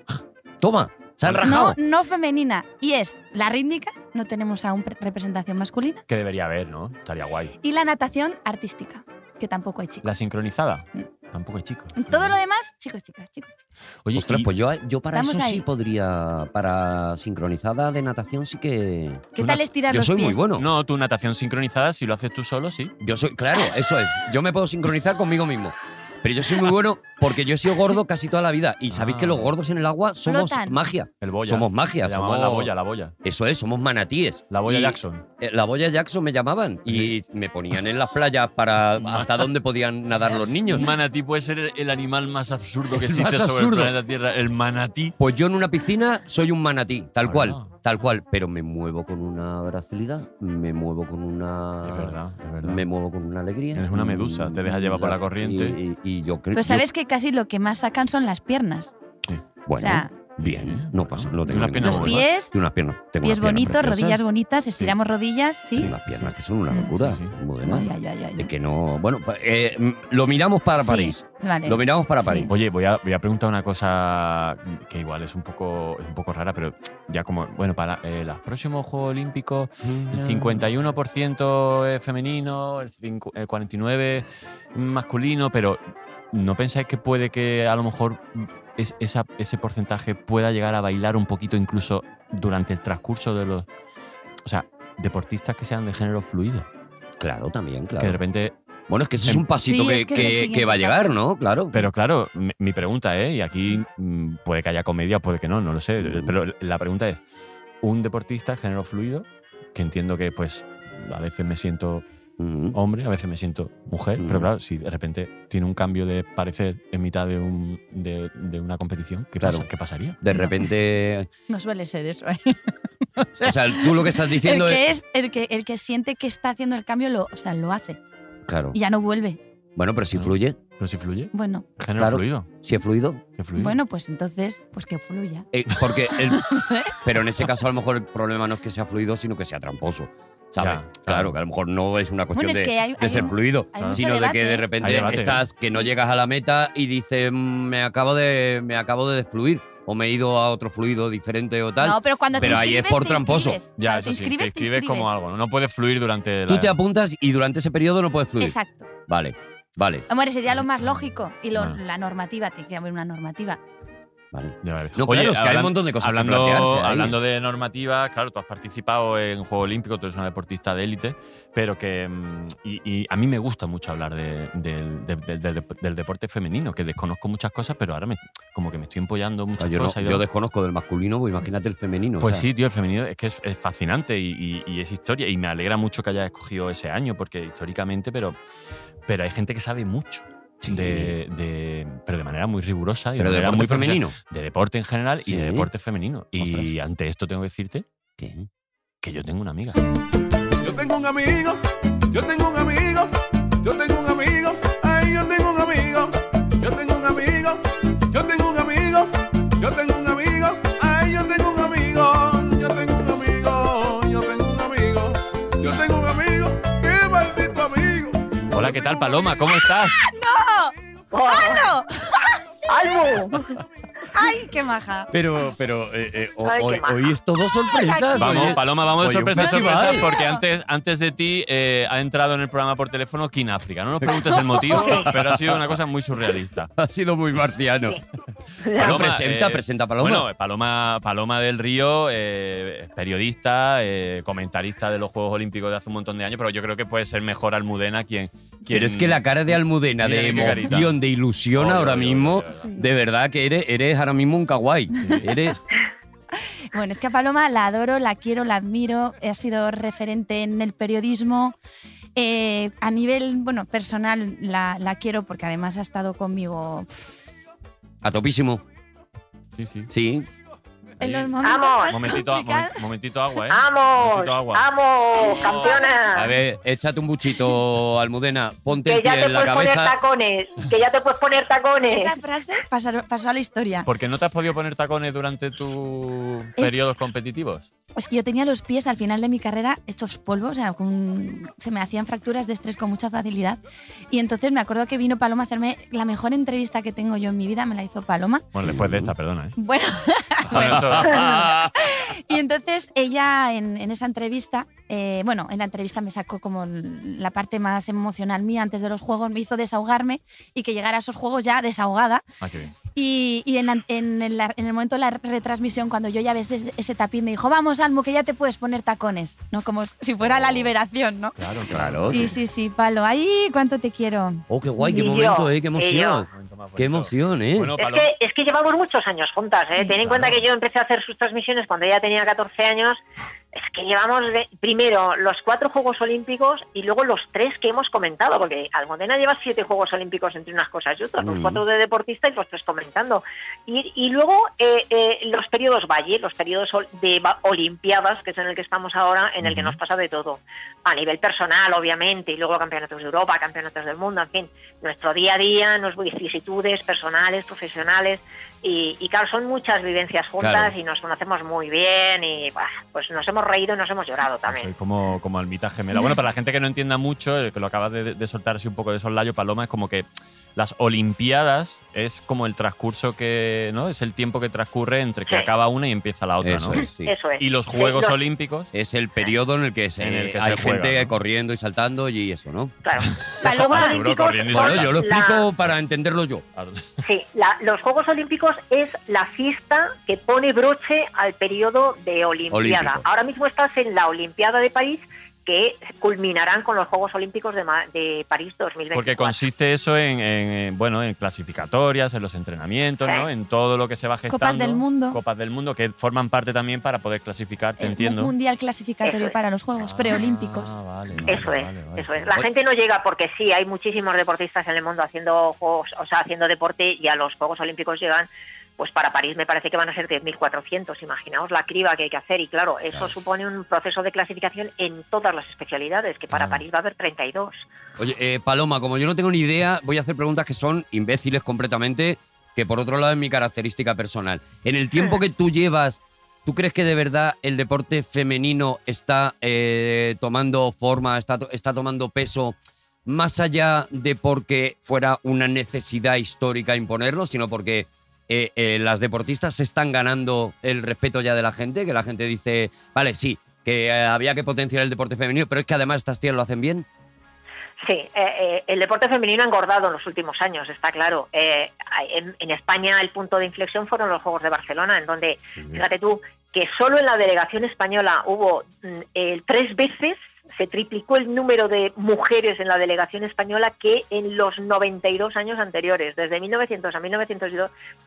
Toma, se han rajado.
no, no femenina. Y es la rítmica, no tenemos aún pre- representación masculina,
Que debería haber, ¿no? Estaría guay.
y la natación artística, que tampoco hay chicos.
La sincronizada. Tampoco es chico.
En Mm. todo lo
Mm.
demás, chicos, chicas, chicos. chicos.
Oye,
Ostras,
y-
pues yo, yo para
Estamos
eso sí
ahí.
podría. Para sincronizada de natación sí que.
¿Qué
Una-
tal estirar
Yo
los
soy
pies?
muy bueno.
no, tu natación sincronizada, si lo haces tú solo, sí.
Yo soy, claro, eso es. Yo me puedo sincronizar conmigo mismo. Pero yo soy muy bueno porque yo he sido gordo casi toda la vida. Y sabéis
Ah.
que los gordos en el agua somos
Flotan.
magia.
El boya.
Somos magia.
La llamaban
somos-
la boya, la boya.
Eso es, somos manatíes.
La boya
Y-
Jackson.
eh, La boya Jackson me llamaban y me ponían en las playas para hasta dónde podían nadar los niños.
Un manatí puede ser el- el animal más absurdo que
El
existe
más
sobre
absurdo.
el planeta Tierra. El manatí.
Pues yo en una piscina soy un manatí, tal
Ah,
cual,
no.
tal cual. Pero me muevo con una gracilidad, me muevo con una.
Es verdad, es verdad.
Ah, Me muevo con una alegría.
Eres una medusa, te dejas llevar por la corriente.
Y, y- y ¿eh? yo
Pues
creo
Pero sabes que casi lo que más sacan son las piernas.
yo- bueno,
o sea,
Bien, no pasa, no
De
tengo
unas
ningún
piernas
Los
Una
problema.
pies,
Y unas piernas. Tengo
pies
unas piernas
bonitos,
preciosas.
rodillas bonitas, estiramos rodillas,
Sí,
¿sí?
unas piernas que son una
Mm.
locura.
Sí, sí.
Modena.
Ay, ay, ay, ay,
Es
ay.
que no. Bueno, pa- eh, m- lo miramos para
Sí,
París.
Vale.
Lo miramos para
Sí.
París.
Oye, voy a, voy a preguntar una cosa que igual es un poco, es un poco rara, pero ya como, bueno, para eh, los próximos Juegos Olímpicos, el 51% es femenino, el, cincu- el 49% masculino, pero ¿no pensáis que puede que a lo mejor es- esa- ese porcentaje pueda llegar a bailar un poquito incluso durante el transcurso de los... O sea, deportistas que sean de género fluido,
Claro, también,
que de
claro.
repente
Bueno, es que ese es
Sí,
un pasito
es que es el
que, que- que
siguiente
va a llegar,
paso.
¿no? Claro.
em, Pero claro, mi mi pregunta, ¿eh? Y aquí mm, puede que haya comedia, puede que no, no lo sé.
Mm.
Pero la pregunta es, un deportista género fluido, que entiendo que pues a veces me siento
Mm.
hombre, a veces me siento mujer, pero
Mm.
claro, si de repente tiene un cambio de parecer en mitad de, un, de, de una competición, ¿qué,
Claro.
pasa? ¿qué pasaría?
De
No.
repente.
No suele ser eso. ¿eh?
O sea, tú lo que estás
El
diciendo es.
que, es, el, que, el que siente que está haciendo el cambio, lo, o sea, lo hace.
Claro.
Y ya no vuelve.
Bueno, pero si
Ah.
fluye,
Pero si fluye,
Bueno,
género
Claro.
fluido.
si he fluido.
que fluye.
bueno, pues entonces, pues que fluya.
Eh, porque el-
No sé.
pero en ese caso, a lo mejor el problema no es que sea fluido, sino que sea tramposo. ¿Sabes?
Ya,
claro.
claro.
que a lo mejor no es una cuestión
Bueno, es
de,
que hay-
de
hay
ser
un-
fluido,
hay
mucho
sino de que
debate,
de
¿eh?
repente
Ah. Hay debate, ¿eh?
estás, que no
Sí.
llegas a la meta y dices, "Mm, me acabo de, me acabo de desfluir, o me he ido a otro fluido diferente o tal.
No, pero cuando
Pero
te
ahí es
inscribes,
por
te
tramposo.
inscribes.
ya,
Cuando te
eso sí, te
inscribes,
escribes,
te
como
inscribes.
algo, ¿no? No puedes fluir durante
Tú
la-
te apuntas y durante ese periodo no puedes fluir.
Exacto.
Vale, vale,
Hombre, sería
Ah.
lo más lógico. Y lo-
Ah.
la normativa, tiene que haber una normativa.
vale.
Ya, vale.
No, claro, es que hay un montón de cosas que
hablando,
plantearse ahí.
hablando de normativa, claro, tú has participado en Juego Olímpico, tú eres una deportista de élite, pero que. mm, Y, y a mí me gusta mucho hablar de- del- del- del- del- del deporte femenino, que desconozco muchas cosas, pero ahora me, como que me estoy empollando
O sea,
muchas
Ah, yo, no-
cosas. y
yo
demás.
desconozco del masculino, pues imagínate el femenino.
Pues
o sea.
sí, tío, el femenino es que es, es fascinante y, y- y es historia. Y me alegra mucho que hayas escogido ese año, porque históricamente, pero, pero hay gente que sabe mucho.
Sí.
De, de- pero de manera muy rigurosa y
Pero
de
de
manera
deporte
muy profesional
femenino.
de deporte en general y de
Sí.
deporte femenino. Y
Ostras.
ante esto tengo que decirte
¿Qué?
que yo tengo una amiga.
Yo tengo un amigo, yo tengo un amigo, yo tengo un amigo, ay, yo tengo un amigo, yo tengo un amigo, yo tengo un amigo, yo tengo un amigo, ay, yo tengo un amigo, yo tengo un amigo, yo tengo un amigo, yo tengo un amigo, qué maldito amigo.
Hola, ¿qué tal, Paloma? ¿Cómo estás?
¡Halo!
¡Albo!
¡Ay, qué maja!
Pero, pero, eh, eh, o-
Ay, qué
hoy,
maja.
hoy es todo sorpresas.
Vamos,
oye.
Paloma, vamos de
Oye, un
sorpresa en
festival.
sorpresa, porque antes, antes de ti eh, ha entrado en el programa por teléfono Kin África. No nos preguntes el motivo, pero ha sido una cosa muy surrealista.
Ha sido muy marciano.
Ya.
Paloma,
presenta,
eh,
presenta, Paloma.
Bueno, Paloma, Paloma del Río, eh, es periodista, eh, comentarista de los Juegos Olímpicos de hace un montón de años, pero yo creo que puede ser mejor Almudena quien. quien
Pero es que la cara de Almudena,
Mira
de
qué carita.
emoción, de ilusión
Oye,
ahora
oye, oye,
mismo,
oye, oye.
de verdad que eres, eres ahora mismo un kawaii. Eres,
Bueno, es que a Paloma la adoro, la quiero, la admiro. Ha sido referente en el periodismo. Eh, a nivel bueno, personal la, la quiero porque además ha estado conmigo
a topísimo.
Sí, sí.
Sí.
en los
Ahí.
momentos
Vamos.
más
Momentito, momen-
complicados.
momentito agua, ¿eh?
¡Vamos!
Momentito agua.
¡Vamos! ¡Campeona!
A ver, échate un buchito, Almudena. Ponte
que
el
ya
pie
te
en la
puedes poner
cabeza.
tacones. Que ya te puedes poner tacones.
Esa frase pasó, pasó a la historia.
Porque no te has podido poner tacones durante tus
Es-
periodos competitivos.
Es que yo tenía los pies al final de mi carrera hechos polvo, o sea, con- se me hacían fracturas de estrés con mucha facilidad. Y entonces me acuerdo que vino Paloma a hacerme la mejor entrevista que tengo yo en mi vida, me la hizo Paloma.
Bueno, después de esta, perdona, ¿eh? Ah,
Bueno,
Bueno, esto-
y entonces ella en, en esa entrevista, eh, bueno, en la entrevista me sacó como la parte más emocional mía antes de los juegos, me hizo desahogarme y que llegara a esos juegos ya desahogada.
Ah, qué bien.
Y, y en, la- en el, en el momento de la retransmisión, cuando yo ya ves ese, ese tapín, me dijo, vamos, Almu, que ya te puedes poner tacones, ¿no? Como si fuera
Oh.
la liberación, ¿no?
Claro,
Claro.
Y sí, sí, Palo, ¡ay, cuánto te quiero!
Oh, qué guay, qué
Y yo,
momento, eh, qué
y
emoción.
Un momento más
Qué
bonito.
emoción, eh.
Bueno,
Es
Paloma, pues
que, es que llevamos muchos años juntas, ¿eh?
Sí,
Ten en cuenta
claro.
que yo empecé a hacer sus transmisiones cuando ella tenía 14 años Es que llevamos de- primero los cuatro Juegos Olímpicos y luego los tres que hemos comentado, porque Almodena lleva siete Juegos Olímpicos entre unas cosas y otras, los
Mm.
cuatro de deportista y los tres comentando. Y, y luego eh, eh, los periodos Valle, los periodos ol- de va- Olimpiadas, que es en el que estamos ahora, en el que
Ujú.
nos pasa de todo. A nivel personal, obviamente, y luego campeonatos de Europa, campeonatos del mundo, en fin, nuestro día a día, nuestras vicisitudes personales, profesionales. Y, y claro, son muchas vivencias juntas
Claro.
y nos conocemos muy bien y bah, pues nos hemos reído y nos hemos llorado
Soy
también.
como, como almita gemela. Bueno, para la gente que no entienda mucho, eh, que lo acabas de, de soltar así un poco de soslayo, Paloma, es como que las Olimpiadas es como el transcurso que, ¿no? Es el tiempo que transcurre entre que
Sí.
acaba una y empieza la otra,
Eso
¿no?
es, sí.
Eso es.
Y los Juegos
Los-
Olímpicos.
Es el periodo en el que, se-
En el que
hay
se
gente
juega, ¿no?
corriendo y saltando y eso, ¿no?
Claro.
Paloma,
Los Juegos
Arturo
Olímpicos
corriendo y
son
saltando.
Claro, yo lo
la-
explico para entenderlo yo.
Sí, la- los Juegos Olímpicos es la fiesta que pone broche al periodo de Olimpiada.
Olímpico.
Ahora mismo estás en la Olimpiada de París que culminarán con los Juegos Olímpicos de, Ma- de París 2024.
Porque consiste eso en, en, eh, bueno, en clasificatorias, en los entrenamientos,
Sí.
¿no? En todo lo que se va gestando.
Copas del Mundo.
Copas del mundo que forman parte también para poder clasificar, te
el
entiendo.
mundial clasificatorio
Eso es.
para los Juegos
Ah,
preolímpicos.
vale,
Eso
vale,
es,
vale, vale.
eso es. La gente no llega porque sí, hay muchísimos deportistas en el mundo haciendo juegos, o sea, haciendo deporte y a los Juegos Olímpicos llegan, pues para París me parece que van a ser 10.400, imaginaos la criba que hay que hacer y claro, eso supone un proceso de clasificación en todas las especialidades, que para
Claro.
París va a haber 32.
Oye, eh, Paloma, como yo no tengo ni idea, voy a hacer preguntas que son imbéciles completamente, que por otro lado es mi característica personal. En el tiempo que tú llevas, ¿tú crees que de verdad el deporte femenino está eh, tomando forma, está, to- está tomando peso, más allá de porque fuera una necesidad histórica imponerlo, sino porque eh, eh, las deportistas se están ganando el respeto ya de la gente, que la gente dice, vale, sí, que eh, había que potenciar el deporte femenino, pero es que además estas tías lo hacen bien?
Sí, eh, eh, el deporte femenino ha engordado en los últimos años, está claro. Eh, en, en España el punto de inflexión fueron los Juegos de Barcelona, en donde, fíjate tú, que solo en la delegación española hubo mm, eh, tres veces, se triplicó el número de mujeres en la delegación española que en los 92 años anteriores. Desde 1900 a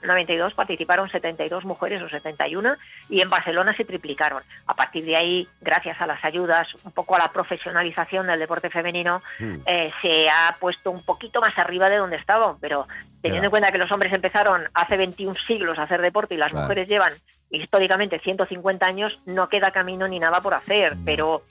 1992 participaron 72 mujeres o 71 y en Barcelona se triplicaron. A partir de ahí, gracias a las ayudas, un poco a la profesionalización del deporte femenino,
Hmm.
eh, se ha puesto un poquito más arriba de donde estaban, pero teniendo
Claro.
en cuenta que los hombres empezaron hace 21 siglos a hacer deporte y las
Claro.
mujeres llevan históricamente 150 años, no queda camino ni nada por hacer, pero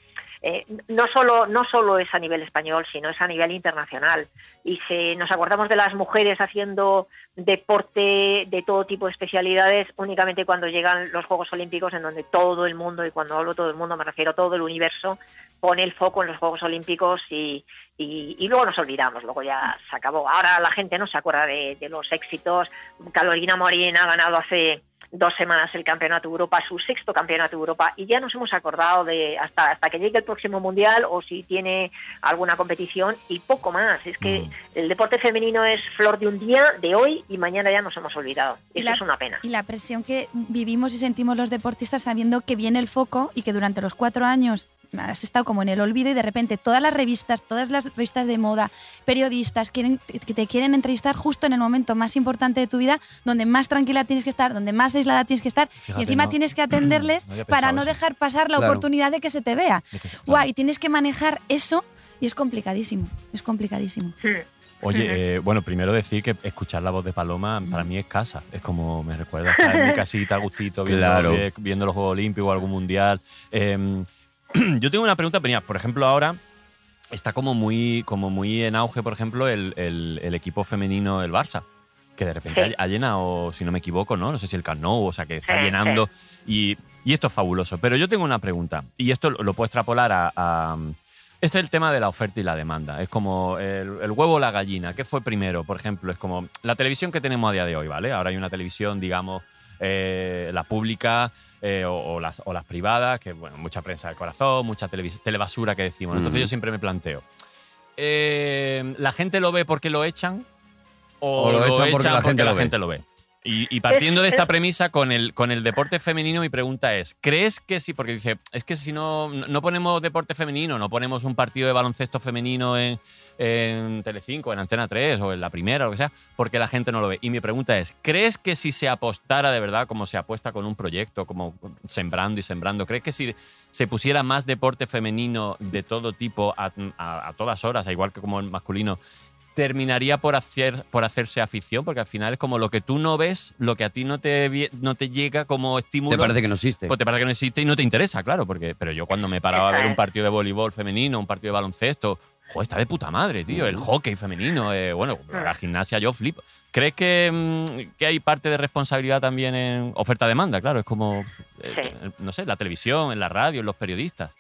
eh, no solo no solo es a nivel español, sino es a nivel internacional y si nos acordamos de las mujeres haciendo deporte de todo tipo de especialidades únicamente cuando llegan los Juegos Olímpicos en donde todo el mundo y cuando hablo todo el mundo me refiero a todo el universo pone el foco en los Juegos Olímpicos y, y, y luego nos olvidamos, luego ya se acabó. Ahora la gente no se acuerda de, de los éxitos. Carolina Morín ha ganado hace dos semanas el Campeonato de Europa, su sexto Campeonato de Europa, y ya nos hemos acordado de hasta, hasta que llegue el próximo Mundial o si tiene alguna competición y poco más. Es que
Mm.
el deporte femenino es flor de un día, de hoy, y mañana ya nos hemos olvidado.
Y
Eso
la-
es una pena.
Y la presión que vivimos y sentimos los deportistas sabiendo que viene el foco y que durante los cuatro años has estado como en el olvido y de repente todas las revistas, todas las revistas de moda, periodistas quieren, que te quieren entrevistar justo en el momento más importante de tu vida, donde más tranquila tienes que estar, donde más aislada tienes que estar
Fíjate,
y encima
no-
tienes que atenderles
no había
para
pensado
no
eso.
dejar pasar la
Claro.
oportunidad de que se te vea.
Es que se-
Guau, y tienes que manejar eso y es complicadísimo, es complicadísimo.
Oye, eh, bueno, primero decir que escuchar la voz de Paloma para mí es casa. Es como me recuerda estar en mi casita a gustito viendo,
Claro.
vi- viendo los Juegos Olímpicos o algún mundial. Eh, yo tengo una pregunta, pero mira, por ejemplo, ahora está como muy, como muy en auge, por ejemplo, el, el- el equipo femenino del Barça. Que de repente
Sí.
ha ha llenado, si no me equivoco, ¿no? No sé si el Camp Nou, o sea, que está
Sí,
llenando. Y, y esto es fabuloso. Pero yo tengo una pregunta, y esto lo, lo puedo extrapolar a, a- Es el tema de la oferta y la demanda. Es como el, el huevo o la gallina. ¿Qué fue primero? Por ejemplo, es como la televisión que tenemos a día de hoy, ¿vale? Ahora hay una televisión, digamos, eh, la pública eh, o, o las, o las privadas, que, bueno, mucha prensa del corazón, mucha televis- telebasura que decimos. Entonces
Ujú.
yo siempre me planteo, eh, ¿la gente lo ve porque lo echan? ¿O, lo, echan porque la gente,
lo
lo,
ve?
ve? Y, y partiendo de
Es-
esta
es-
premisa con el, con el deporte femenino, mi pregunta es, ¿crees que sí? Porque dice, es que si no, no ponemos deporte femenino, no ponemos un partido de baloncesto femenino en, en Telecinco, en Antena 3 o en la primera, lo que sea, porque la gente no lo ve. Y mi pregunta es, ¿crees que si se apostara de verdad, como se apuesta con un proyecto, como sembrando y sembrando, ¿crees que si se pusiera más deporte femenino de todo tipo a, a- a todas horas, a igual que como el masculino, terminaría por, hacer, por hacerse afición, porque al final es como lo que tú no ves, lo que a ti no te, vie- no te llega como estímulo.
Te parece que no existe.
Pues te parece que no existe y no te interesa, claro, porque pero yo cuando me paraba a ver
Esa
un
es.
partido de voleibol femenino, un partido de baloncesto, joder, está de puta madre, tío, el hockey femenino, eh, bueno,
Mm.
la gimnasia yo flipo. ¿Crees que, mm, que hay parte de responsabilidad también en oferta-demanda? Claro, es como, eh, no sé, la televisión, en la radio, en los periodistas.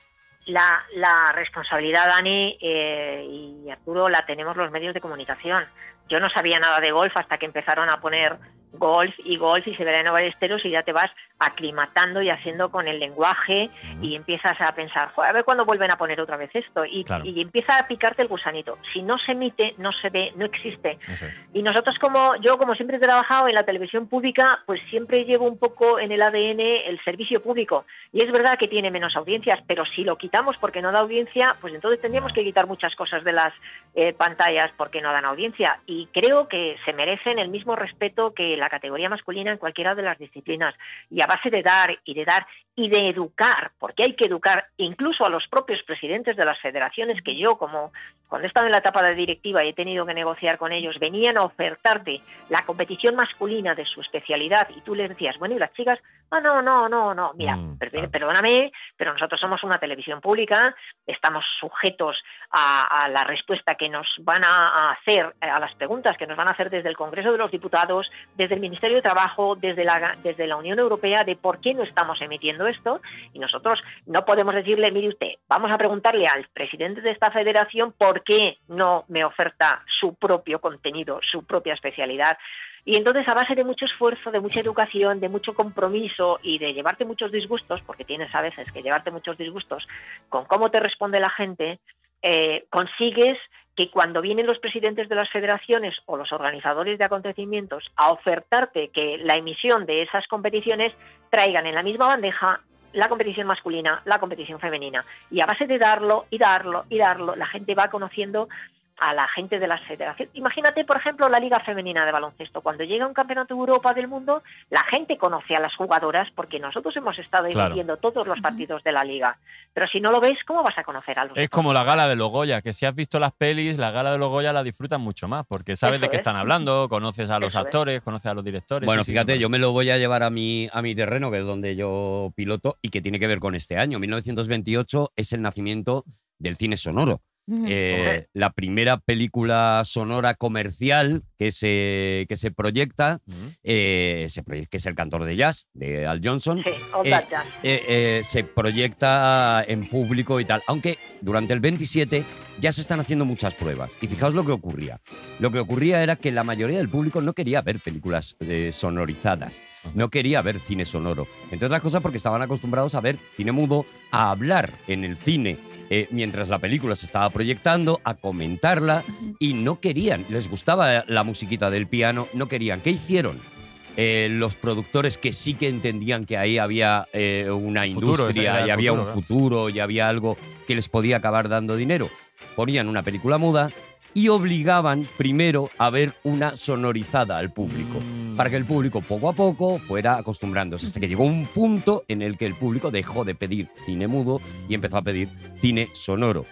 La, la responsabilidad, Dani eh, y Arturo, la tenemos los medios de comunicación. Yo no sabía nada de golf hasta que empezaron a poner golf y golf y Severiano Ballesteros y ya te vas aclimatando y haciendo con el lenguaje
Mm,
y empiezas a pensar, "Joder, a ver cuándo vuelven a poner otra vez esto. Y,
Claro.
y empieza a picarte el gusanito. Si no se emite, no se ve, no existe.
Eso es.
Y nosotros, como yo, como siempre he trabajado en la televisión pública, pues siempre llevo un poco en el ADN el servicio público. Y es verdad que tiene menos audiencias, pero si lo quitamos porque no da audiencia, pues entonces tendríamos que quitar muchas cosas de las eh, pantallas porque no dan audiencia. Y creo que se merecen el mismo respeto que la categoría masculina en cualquiera de las disciplinas. Y a base de dar y de dar y de educar, porque hay que educar incluso a los propios presidentes de las federaciones que yo, como cuando he estado en la etapa de directiva y he tenido que negociar con ellos, venían a ofertarte la competición masculina de su especialidad y tú les decías, bueno, ¿y las chicas? Ah, no, no, no, no. Mira,
Mm,
per-
claro.
perdóname, pero nosotros somos una televisión pública, estamos sujetos a, a la respuesta que nos van a, a hacer, eh, a las preguntas que nos van a hacer desde el Congreso de los Diputados, desde el Ministerio de Trabajo, desde la, desde la Unión Europea, de por qué no estamos emitiendo esto. Y nosotros no podemos decirle, mire usted, vamos a preguntarle al presidente de esta federación por qué no me oferta su propio contenido, su propia especialidad. Y entonces, a base de mucho esfuerzo, de mucha educación, de mucho compromiso y de llevarte muchos disgustos, porque tienes a veces que llevarte muchos disgustos con cómo te responde la gente, eh, consigues que cuando vienen los presidentes de las federaciones o los organizadores de acontecimientos a ofertarte que la emisión de esas competiciones traigan en la misma bandeja la competición masculina, la competición femenina. Y a base de darlo y darlo y darlo, la gente va conociendo a la gente de las federaciones. Imagínate, por ejemplo, la Liga Femenina de Baloncesto. Cuando llega un campeonato de Europa del mundo, la gente conoce a las jugadoras porque nosotros hemos estado
Claro.
emitiendo todos los partidos de la Liga. Pero si no lo ves, ¿cómo vas a conocer a los
Es como la gala de los Goya, que si has visto las pelis, la gala de los Goya la disfrutas mucho más, porque sabes
Eso
de qué
es.
están hablando, conoces a los
Eso es.
actores, conoces a los directores.
Bueno,
sí, sí,
fíjate,
me
yo me lo voy a llevar a mi, a mi terreno, que es donde yo piloto y que tiene que ver con este año. 1928 es el nacimiento del cine sonoro.
Mm.
Eh, la primera película sonora comercial que se, que se proyecta,
parece. Mm.
eh, se proye- que es El cantor de jazz de Al Johnson,
Sí, all
Eh,
that jazz.
eh, eh, se proyecta en público y tal. Aunque durante el 27 ya se están haciendo muchas pruebas. Y fijaos lo que ocurría. Lo que ocurría era que la mayoría del público no quería ver películas eh, sonorizadas, no quería ver cine sonoro. Entre otras cosas porque estaban acostumbrados a ver cine mudo, a hablar en el cine. eh, mientras la película se estaba proyectando, a comentarla y no querían, les gustaba la musiquita del piano, no querían. ¿Qué hicieron? eh, los productores que sí que entendían que ahí había eh, una
Futuro, ese
industria
era el
y había
futuro,
un
claro.
futuro y había algo que les podía acabar dando dinero. Ponían una película muda y obligaban primero a ver una sonorizada al público
Mm.
para que el público poco a poco fuera acostumbrándose hasta que llegó un punto en el que el público dejó de pedir cine mudo y empezó a pedir cine sonoro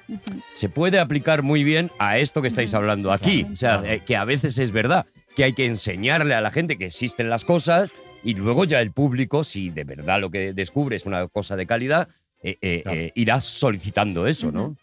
se puede aplicar muy bien a esto que estáis
Ujú,
hablando aquí. O sea,
claro.
eh, que a veces es verdad que hay que enseñarle a la gente que existen las cosas y luego ya el público, si de verdad lo que descubre es una cosa de calidad, eh, eh,
Claro.
eh, irá solicitando eso, ¿no?
Ujú.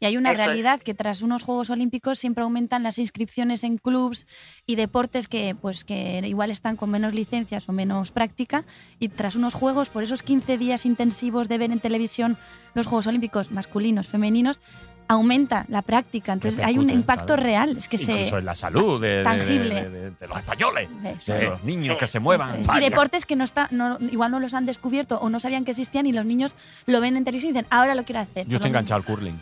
Y hay una
Eso es.
realidad que tras unos Juegos Olímpicos siempre aumentan las inscripciones en clubs y deportes que, pues, que igual están con menos licencias o menos práctica. Y tras unos Juegos, por esos 15 días intensivos de ver en televisión los Juegos Olímpicos masculinos, femeninos, aumenta la práctica. Entonces hay un
Repercute,
impacto
claro.
real. Es que se,
Incluso en la salud de, de- de-
tangible.
de- de- de los españoles,
Eso
de
Sí.
los niños
Sí.
que se muevan.
es. Y
vaya.
deportes que no está, no- igual no los han descubierto o no sabían que existían y los niños lo ven en televisión y dicen, ahora lo quiero hacer.
Yo
Lo mismo.
estoy enganchado al curling.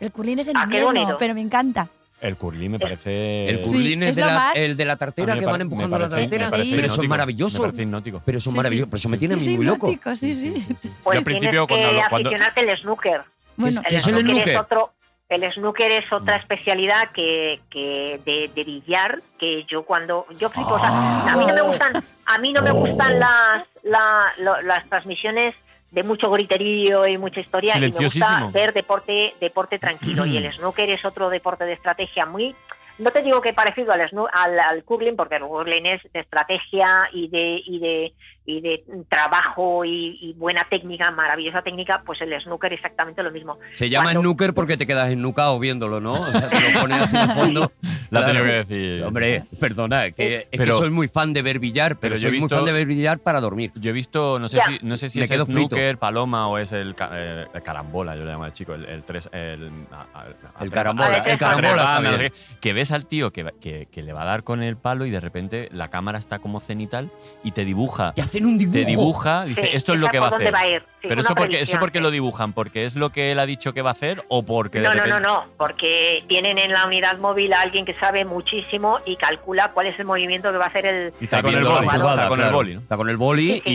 El curling es en
Ah, qué
invierno,
bonito.
pero me encanta.
El curly me parece.
Eh, El
A mí
curlín
Sí,
es
es
de
lo
la-
más-
el de la tartera
me
que van
pare- me
empujando la
parece- me
tartera.
parece
Sí.
Pero eso es
hipnótico, Me
maravilloso.
parece hipnótico.
Pero eso es
Sí,
maravilloso.
sí.
Pero eso
Sí.
me tiene
Es
muy loco.
hipnótico, sí, sí.
Yo
Pues
al principio,
tienes
cuando
que
lo- cuando-
aficionarte al snooker.
Bueno,
¿Qué es el snooker?
es otro, el snooker es otra especialidad que, que de, de billar que yo cuando yo flipo, o sea, a mí no me gustan, a mí no me gustan las la- lo- las transmisiones de mucho griterío y mucha historia y me gusta
Silenciosísimo.
ver deporte deporte tranquilo y el snooker es otro deporte de estrategia muy no te digo que parecido al, snu- al, al curling, porque el curling es de estrategia y de, y de, y de trabajo y, y buena técnica, maravillosa técnica, pues el snooker exactamente lo mismo.
Se llama
Cuando-
snooker porque te quedas ennucado viéndolo, ¿no? O sea, te lo pones así en el fondo.
La
Claro.
tengo que decir.
Hombre, perdona, es que, es que
Pero-
soy muy fan de ver billar, pero,
pero yo
soy
he
muy
visto-
fan de ver billar para dormir.
Yo he visto, no sé
Ya.
si, no sé si
Me
es
quedo frito.
snooker, paloma o es el, ca- eh, el carambola, yo le llamo al chico, el, el tres. El, a- a- a-
El
tres-
carambola,
Ah, el
a tres
carambola,
bandas, no
Javier.
sé qué. que ves al tío que, va- que, que le va a dar con el palo y de repente la cámara está como cenital y te dibuja.
Te hacen un dibujo.
Te dibuja, dice,
Sí,
esto es
saber
lo que va a
por dónde
hacer.
ir. Sí,
Pero
una
eso porque, eso
previsión,
porque
sí.
lo dibujan, porque es lo que él ha dicho que va a hacer o porque de
No, no,
repente.
no, no, porque tienen en la unidad móvil a alguien que sabe muchísimo y calcula cuál es el movimiento que va a hacer el...
Y está con el
viendo la
boli,
jugada,
está con el
claro.
boli, ¿no?
Está con el boli
Sí, sí.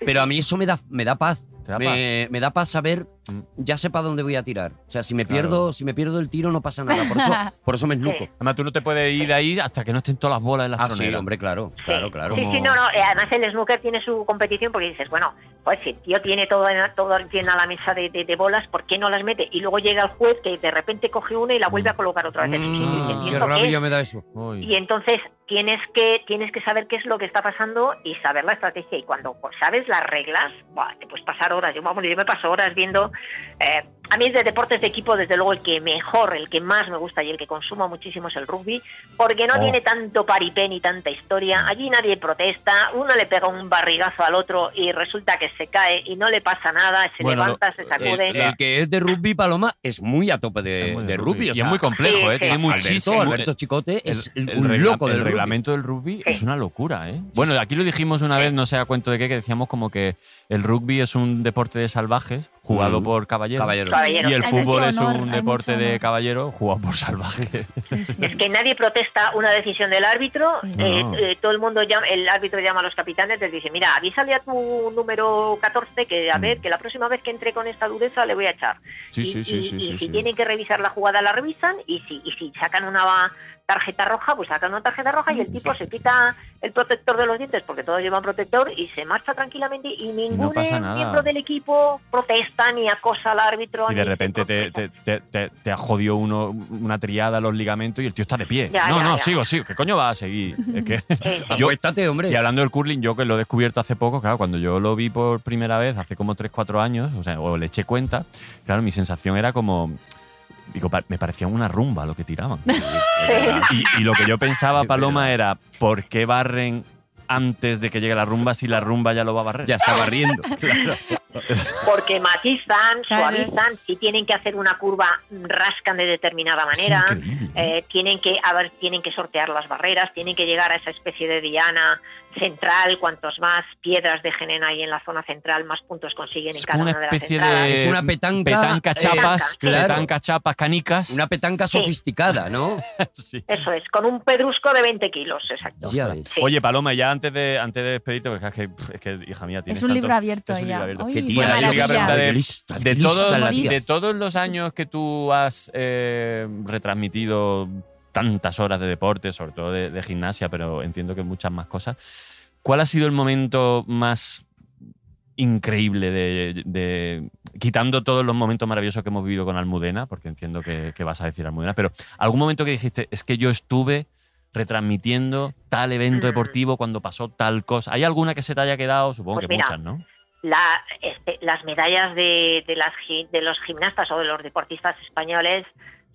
y. Pero a mí eso me da, me da paz.
Te da
me,
paz.
me da paz saber,
Mm.
ya sé para dónde voy a tirar. O sea, si me
Claro.
pierdo, si me pierdo el tiro no pasa nada. Por eso, por eso me esnuco.
Sí.
Además, tú no te puedes ir de ahí hasta que no estén todas las bolas en las
Ah, sí,
troneras.
hombre, claro, claro, claro.
Sí, sí, no, no. eh, Además, el snooker tiene su competición porque dices, bueno, pues si el tío tiene todo, en- todo encima de la mesa de, de- de bolas, ¿por qué no las mete? Y luego llega el juez que de repente coge una y la vuelve a colocar otra vez en su sitio. Y
Mm, qué
entiendo que-
rabia me da eso.
Uy.
Y entonces tienes que, tienes que saber qué es lo que está pasando y saber la estrategia. Y cuando pues, sabes las reglas, buah, te puedes pasar horas. Yo, vamos, yo me paso horas viendo. eh, a mí de deportes de equipo, desde luego, el que mejor, el que más me gusta y el que consumo muchísimo es el rugby, porque no
Oh.
tiene tanto paripé ni tanta historia. Allí nadie protesta, uno le pega un barrigazo al otro y resulta que se cae y no le pasa nada, se
Bueno,
levanta,
lo- eh,
se
El,
sacude.
Eh, el que es de rugby, Paloma, es muy a tope de,
Es muy
de rugby. o
Y es
sea,
muy
Sí,
complejo, ¿eh?
sí.
Tiene
Alberto,
muchísimo.
Alberto Chicote es
el, el
un
regla-
loco
el
del rugby.
reglamento del rugby
Sí.
es una locura, ¿eh? Bueno, aquí lo dijimos una vez, no sé a cuento de qué, que decíamos como que el rugby es un deporte de salvajes jugado
Mm.
por caballeros.
Caballero.
Caballero.
Y el
Hay
fútbol
mucho
es
honor,
un
hay
deporte
mucho
de
honor.
caballeros jugado por salvajes.
Sí, sí.
Es que nadie protesta una decisión del árbitro,
Sí.
eh,
No.
eh, todo el mundo llama, el árbitro llama a los capitanes, les dice, mira, avísale a tu número 14 que a
Mm.
ver, que la próxima vez que entre con esta dureza le voy a echar.
Sí,
Y-
sí, sí,
y-
sí,
y
sí.
si
sí.
tienen que revisar la jugada, la revisan, y si, y si sacan una tarjeta roja, pues sacan una tarjeta roja y el tipo se quita el protector de los dientes, porque todos llevan protector, y se marcha tranquilamente y ningún
pasa nada.
miembro del equipo protesta ni acosa al árbitro.
Y
ni
de
se
repente te,
protesta.
te, te, te- te ha jodido uno, una triada los ligamentos y el tío está de pie.
Ya,
no,
ya,
no,
ya.
sigo, sigo. ¿Qué coño va a seguir? Es que
Sí, sí.
Yo-
Acuéstate, hombre.
Y hablando del curling, yo que lo he descubierto hace poco, claro, cuando yo lo vi por primera vez, hace como 3, 4 años, o sea, o le eché cuenta, claro, mi sensación era como. Digo, pa- me parecía una rumba lo que tiraban. y, y lo que yo pensaba,
Es
Paloma, era: ¿por qué barren antes de que llegue la rumba si la rumba ya lo va a barrer?
Ya está barriendo.
Claro.
Porque matizan,
Claro.
suavizan, si tienen que hacer una curva, rascan de determinada
Es
manera,
increíble.
eh, tienen que a ver, tienen que sortear las barreras, tienen que llegar a esa especie de diana central, cuantos más piedras dejen ahí en la zona central, más puntos consiguen en
Es
cada
como
una,
una
de las
especie
entradas.
de.
Es una petanca, eh,
chapas,
claro.
petanca chapas, canicas.
Una petanca
Sí.
sofisticada, ¿no?
Sí.
Eso es, con un pedrusco de 20 kilos, exacto.
Ya ves.
Sí.
Oye, Paloma, ya antes de, antes de despedirte, porque es que, pff, es que, hija mía, tienes
Es un
tantos-
libro abierto
es un
ya.
libro abierto.
Uy,
Qué
qué
tía, la
única
maravilla.
pregunta de-
lista,
De
lista
todos,
la
Morir.
tía.
de todos los años que tú has eh, retransmitido tantas horas de deporte, sobre todo de, de gimnasia, pero entiendo que muchas más cosas, ¿cuál ha sido el momento más increíble de, de- quitando todos los momentos maravillosos que hemos vivido con Almudena, porque entiendo que, que vas a decir Almudena, pero algún momento que dijiste, es que yo estuve retransmitiendo tal evento
Mm.
deportivo cuando pasó tal cosa. ¿Hay alguna que se te haya quedado? Supongo
Pues
que
mira,
muchas, ¿no?
la- este, las medallas de, de las, gi- de los gimnastas o de los deportistas españoles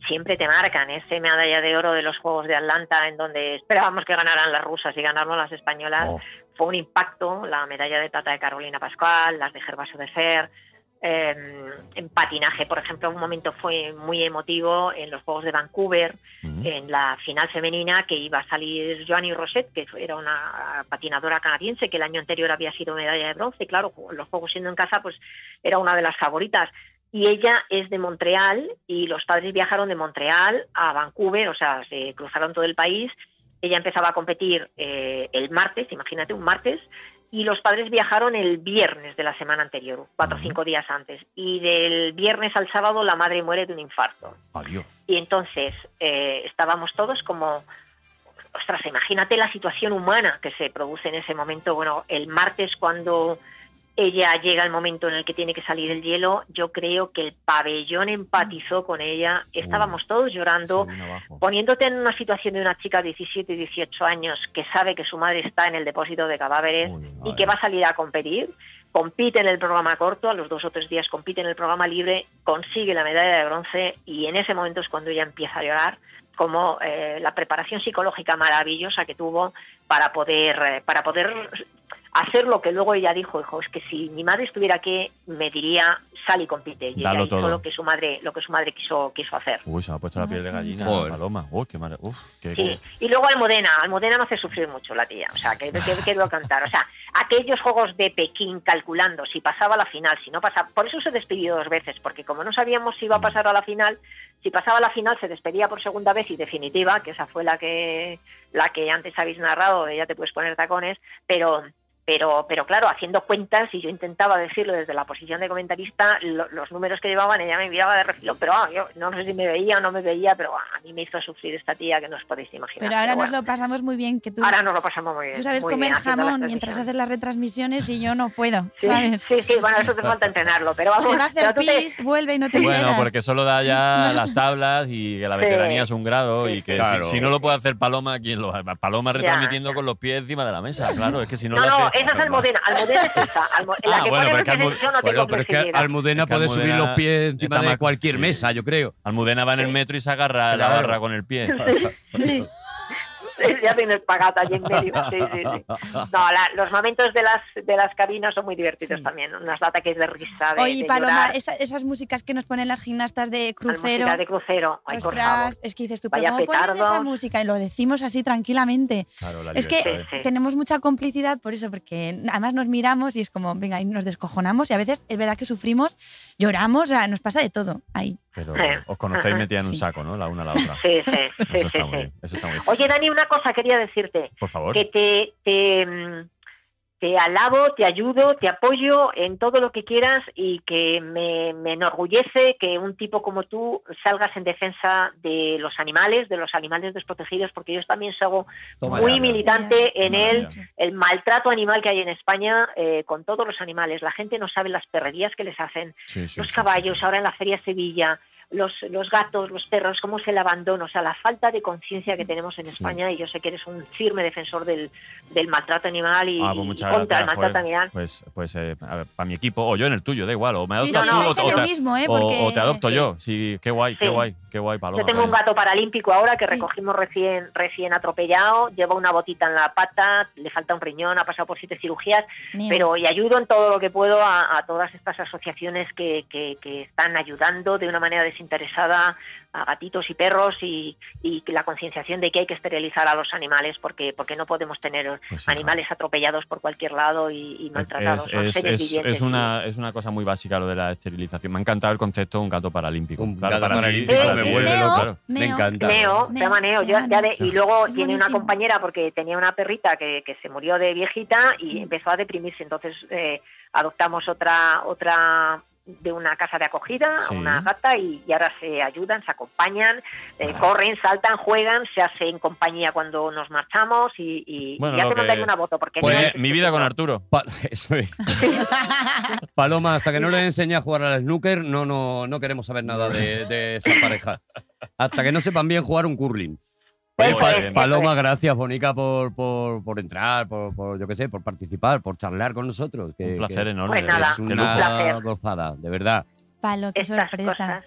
siempre te marcan. Esa medalla de oro de los Juegos de Atlanta, en donde esperábamos que ganaran las rusas y ganaron las españolas,
Oh.
fue un impacto. La medalla de plata de Carolina Pascual, las de Gervasio de Fer. eh, en patinaje, por ejemplo, un momento fue muy emotivo en los Juegos de Vancouver,
Mm.
en la final femenina que iba a salir Joanny Roset, que era una patinadora canadiense que el año anterior había sido medalla de bronce, y claro, los juegos siendo en casa pues era una de las favoritas y ella es de Montreal y los padres viajaron de Montreal a Vancouver, o sea, se cruzaron todo el país. Ella empezaba a competir eh, el martes, imagínate, un martes, y los padres viajaron el viernes de la semana anterior, cuatro o cinco días antes. Y del viernes al sábado la madre muere de un infarto.
Adiós.
Y entonces eh, estábamos todos como, ostras, imagínate la situación humana que se produce en ese momento. Bueno, el martes cuando ella llega al momento en el que tiene que salir el hielo, yo creo que el pabellón empatizó con ella. Estábamos todos llorando,
Se vino abajo.
poniéndote en una situación de una chica de 17, 18 años que sabe que su madre está en el depósito de cadáveres
Uy,
pues, y
madre.
que va a salir a competir. Compite en el programa corto, a los dos o tres días compite en el programa libre, consigue la medalla de bronce y en ese momento es cuando ella empieza a llorar, como eh, la preparación psicológica maravillosa que tuvo para poder, eh, para poder hacer lo que luego ella dijo, hijo, es que si mi madre estuviera aquí me diría sal y compite. Y
Dalo
ella hizo
todo.
lo que su madre, lo que su madre quiso, quiso hacer.
Uy, se me ha puesto la piel de
Madre
gallina,
mía. Joder.
paloma. Uy, qué mala. Uf, qué,
Sí. Y luego Almudena, Almudena me hace sufrir mucho la tía, o sea, que, que, que debo cantar. O sea, aquellos juegos de Pekín calculando si pasaba a la final, si no pasaba, por eso se despidió dos veces, porque como no sabíamos si iba a pasar a la final, si pasaba a la final se despedía por segunda vez y definitiva, que esa fue la que, la que antes habéis narrado, de ya te puedes poner tacones, pero pero, pero claro, haciendo cuentas, y yo intentaba decirlo desde la posición de comentarista, lo- los números que llevaban, ella me miraba de refilón, pero ah, yo no sé si me veía o no me veía, pero ah, a mí me hizo sufrir esta tía que no os podéis imaginar.
Pero ahora
Pero
nos
bueno,
lo pasamos muy bien, que tú,
ahora nos lo pasamos muy bien.
tú sabes
muy
comer
bien haciendo las
jamón mientras haces
transmisiones.
las retransmisiones y yo no puedo,
Sí,
¿sabes?
Sí, sí, bueno, eso te falta entrenarlo, pero vamos.
Se va a hacer
pero tú te-
pis, vuelve y no te
Bueno,
enteras.
porque solo da ya las tablas y que la
Sí.
veteranía es un grado y que si-
Claro.
si, no lo puede hacer Paloma, ¿quién lo hace? Paloma
Ya,
retransmitiendo
ya.
con los pies encima de la mesa, claro, es que si no,
No,
lo
no,
hace.
esa es Almudena. Almudena es esa. Almo- en la
Ah, bueno,
que pone
pero es que Almu-
representación no tengo
Bueno, pero es que
flexibilidad.
Almudena
Es que
puede subir
Almudena
los pies encima
está
de
más-
cualquier
sí.
mesa, yo creo.
Almudena va en el metro y se agarra la
Claro.
barra con el pie.
Sí. Sí, Ya tiene espagata allí en medio. Sí, sí, sí. No, la- los momentos de las, de las cabinas son muy divertidos
Sí.
también. Unos ataques de risa, de,
Oye,
de
Paloma,
llorar,
esa- esas músicas que nos ponen las gimnastas de
al
crucero.
música de crucero. Ay, por favor.
Ostras, es que dices tú, pero
Vaya
¿cómo ponen esa
petardos.
música? Y lo decimos así tranquilamente.
Claro, la
Es que-
libertad, ¿eh?
Sí.
Tenemos mucha complicidad por eso, porque además nos miramos y es como, venga, y nos descojonamos y a veces es verdad que sufrimos, lloramos, o sea, nos pasa de todo ahí.
Pero
Sí.
os conocéis
Ajá.
metida en un
Sí.
saco, ¿no? La una a la otra.
Sí, sí,
Eso
sí, sí,
está muy
sí.
bien. Eso está muy bien.
Oye, Dani, una cosa quería decirte.
Por favor.
Que te, te, mm, te alabo, te ayudo, te apoyo en todo lo que quieras y que me, me enorgullece que un tipo como tú salgas en defensa de los animales, de los animales desprotegidos, porque yo también soy
Toma
muy
ya.
militante en
Madre
él
mía.
el maltrato animal que hay en España eh, con todos los animales. La gente no sabe las perrerías que les hacen.
Sí, sí,
los
sí,
caballos
sí, sí.
ahora en la Feria Sevilla, los, los gatos, los perros, cómo se el abandono, o sea, la falta de conciencia que tenemos en
Sí.
España. Y yo sé que eres un firme defensor del, del maltrato animal y,
Ah, pues
y
muchas
contra el
gracias,
maltrato
joder.
animal.
Pues, pues eh, a ver, para mi equipo, o yo en el tuyo, da igual. O me
Sí, sí,
adoptas tú
estáis
o- o
en
te-
el mismo, ¿eh?
o-
Porque...
o te adopto yo. Sí, qué guay, qué
Sí.
guay, qué guay, Paloma. Pues,
Yo tengo un
también.
gato paralímpico ahora que
Sí.
recogimos recién, recién atropellado, lleva una botita en la pata, le falta un riñón, ha pasado por siete cirugías,
Neo.
pero y ayudo en todo lo que puedo a, a todas estas asociaciones que, que- que están ayudando de una manera desinteresada a gatitos y perros y, y la concienciación de que hay que esterilizar a los animales porque porque no podemos tener
Pues sí,
animales atropellados por cualquier lado y, y
Es,
maltratados.
es-
Son
es-
seres
es-
vivientes
es una, es una cosa muy básica lo de la esterilización. Me ha encantado el concepto de un gato paralímpico.
Un
Claro,
gato
paralímpico
paralímpico
me
sí,
vuelve
sí,
loco.
claro.
Neo.
Me encanta.
Neo, se llama Neo. yo- ya de-
Sí.
y luego
Es
tiene una
buenísimo.
compañera porque tenía una perrita que, que se murió de viejita
Mm.
y empezó a deprimirse. Entonces eh, adoptamos otra otra de una casa de acogida,
Sí.
una gata, y, y ahora se ayudan, se acompañan, eh, corren, saltan, juegan, se hacen compañía cuando nos marchamos y, y-
Bueno,
y ya
lo
te
que-
mandaré una foto porque
Pues,
Neo
eh,
es
mi vida con Arturo.
Pa- Eso es. Paloma, hasta que no le enseñe a jugar al snooker, no, no, no queremos saber nada de, de esa pareja. Hasta que no sepan bien jugar un curling.
Pues,
Oye,
Eso
Pa-
es, eso
Paloma, gracias, Bonica, por, por, por entrar, por, por, yo qué sé, por participar, por charlar con nosotros. que-
Un placer
que
enorme.
Pues
de verdad.
nada,
es una
Qué lujo.
placer.
gozada, de verdad.
Palo, qué
estas
sorpresa.
cosas.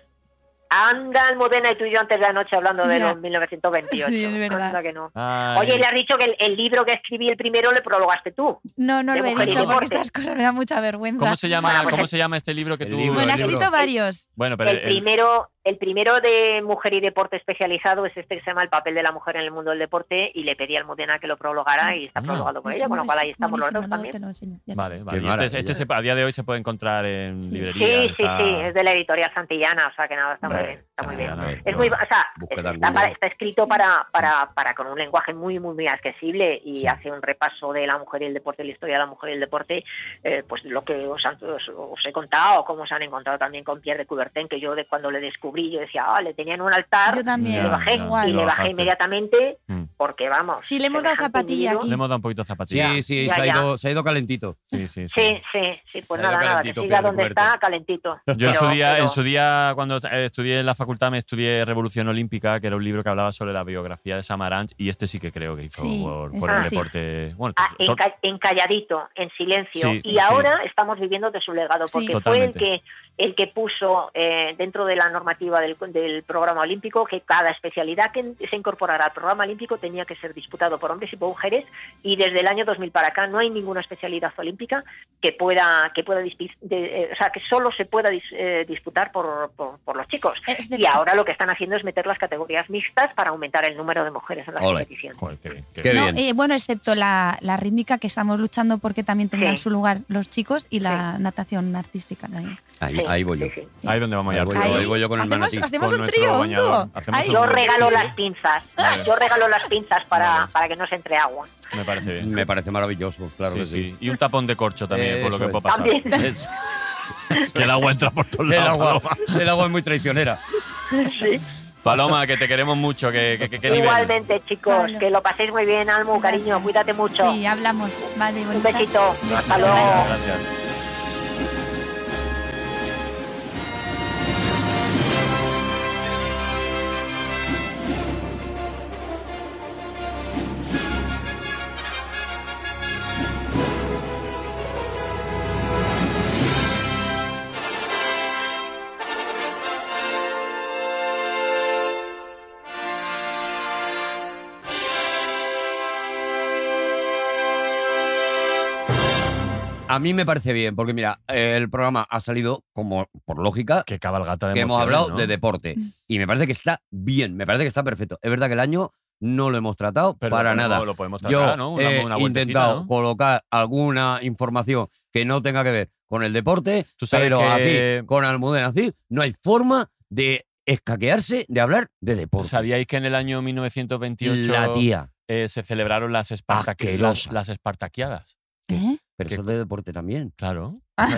Anda, Almudena, y tú y yo antes de la noche hablando de
Ya.
los 1928.
Sí, es verdad.
Anda que no.
Ay.
Oye, le has dicho que el, el libro que escribí el primero le prologaste tú.
No, no
de
lo he
mujer y
dicho porque
deporte.
estas cosas me dan mucha vergüenza.
¿Cómo se llama,
Bueno, pues
¿cómo
el-
se llama este libro que
el
tú.?
libro,
Bueno, ha
el libro.
escrito varios.
Bueno, pero
El,
el-
primero, el primero de Mujer y Deporte especializado es este que se llama El papel de la mujer en el mundo del deporte y le pedí a Almudena que lo prologara y está
Ah.
prologado por
Es
ella, con lo cual ahí estamos los
buenísimo,
dos
luego
también.
te lo enseño. Ya
Vale, vale.
Qué
Y Este, este
maravilla.
se- a día de hoy se puede encontrar en
Sí.
librerías.
Sí, sí,
está-
sí, es de la editorial Santillana, o sea que nada, está muy
Hombre,
bien, está muy bien.
Santillana.
Hombre,
Es muy,
no.
o sea,
Búsqueda en
está, para-
Google.
está escrito para, para, para con un lenguaje muy, muy, muy accesible y
Sí.
hace un repaso de la mujer y el deporte, la historia de la mujer y el deporte, eh, pues lo que os, han- os- os he contado, cómo se han encontrado también con Pierre de Coubertin, que yo de cuando le descubrí, yo decía, ah, le tenían un altar,
Yo también.
y le
Ya,
bajé,
ya,
y
Igual.
lo
le bajé
bajaste.
inmediatamente,
Mm.
porque vamos.
Sí, le hemos dado
semejante
zapatilla
individuo.
aquí.
Le hemos dado un poquito de
Sí,
zapatillas.
sí,
Ya,
se, ha
ya.
ido, se ha ido calentito.
Sí, sí, sí.
Sí, sí, sí, pues
Se ha ido
nada, nada, que
calentito,
siga
Pierre
donde
Coubertin.
está, calentito.
Yo en su
Pero-
día,
pero-
en su día cuando eh, estudié en la facultad, me estudié Revolución Olímpica, que era un libro que hablaba sobre la biografía de Samaranch, y este sí que creo que hizo
Sí,
por,
este
por el
sí.
deporte. Bueno,
Ah,
to-
enca- encalladito, en silencio.
Sí,
y
sí.
ahora estamos viviendo de su legado,
Sí.
porque
Totalmente.
fue el que el que puso eh, dentro de la normativa del, del programa olímpico que cada especialidad que se incorporara al programa olímpico tenía que ser disputado por hombres y por mujeres y desde el año 2000 para acá no hay ninguna especialidad olímpica que pueda que pueda dispi- de- eh, o sea que solo se pueda dis- eh, disputar por, por- por los chicos
Excepto-
y ahora lo que están haciendo es meter las categorías mixtas para aumentar el número de mujeres en las
Ole.
competiciones
Joder, qué bien, qué
Qué
bien.
No,
bien.
eh, bueno, excepto la, la rítmica que estamos luchando porque también tendrán
Sí.
su lugar los chicos y la natación artística también.
Ahí,
Sí,
ahí voy yo.
sí, sí.
Ahí es donde vamos a ir.
Ahí voy yo,
Ahí-
ahí voy yo con el
hacemos
manatí.
hacemos
Con
un
nuestro
trío, un
bañador.
dúo.
Hacemos
Ahí.
un
Yo
Hombre,
regalo
sí.
las pinzas.
Vale.
Yo regalo las pinzas para,
Vale.
para que no se entre agua.
Me parece bien.
Me parece maravilloso, claro
Sí,
que sí.
sí. Y un tapón de corcho también, por lo
Eso
que
es.
pueda pasar.
También.
Es-
Que el agua entra por todos
el,
lados.
agua,
Paloma.
el agua es muy traicionera.
Paloma, que te queremos mucho. Que, que, que- qué nivel.
Igualmente, chicos,
Vale.
que lo paséis muy bien, Almu,
Gracias.
cariño, cuídate mucho.
Sí, hablamos. Vale,
Un
bonita.
besito. Hasta
besito,
luego.
Gracias.
A mí me parece bien, porque mira, el programa ha salido, como por lógica,
Qué cabalgata de
que hemos
emociones,
hablado
¿no?
de deporte.
Mm.
Y me parece que está bien, me parece que está perfecto. Es verdad que el año no lo hemos tratado
Pero
para
bueno,
nada.
Lo podemos
Yo
tratar, ¿no? Una,
he
una vueltecita,
intentado
¿no?
colocar alguna información que no tenga que ver con el deporte,
Tú sabes
pero
que-
aquí, con Almudena Cid, no hay forma de escaquearse de hablar de deporte.
¿Sabíais que en el año 1928
La tía.
eh, se celebraron las, espartaqui- las,
Asquerosa.
las espartaquiadas?
¿Eh?
Pero
que-
eso es de deporte también.
Claro.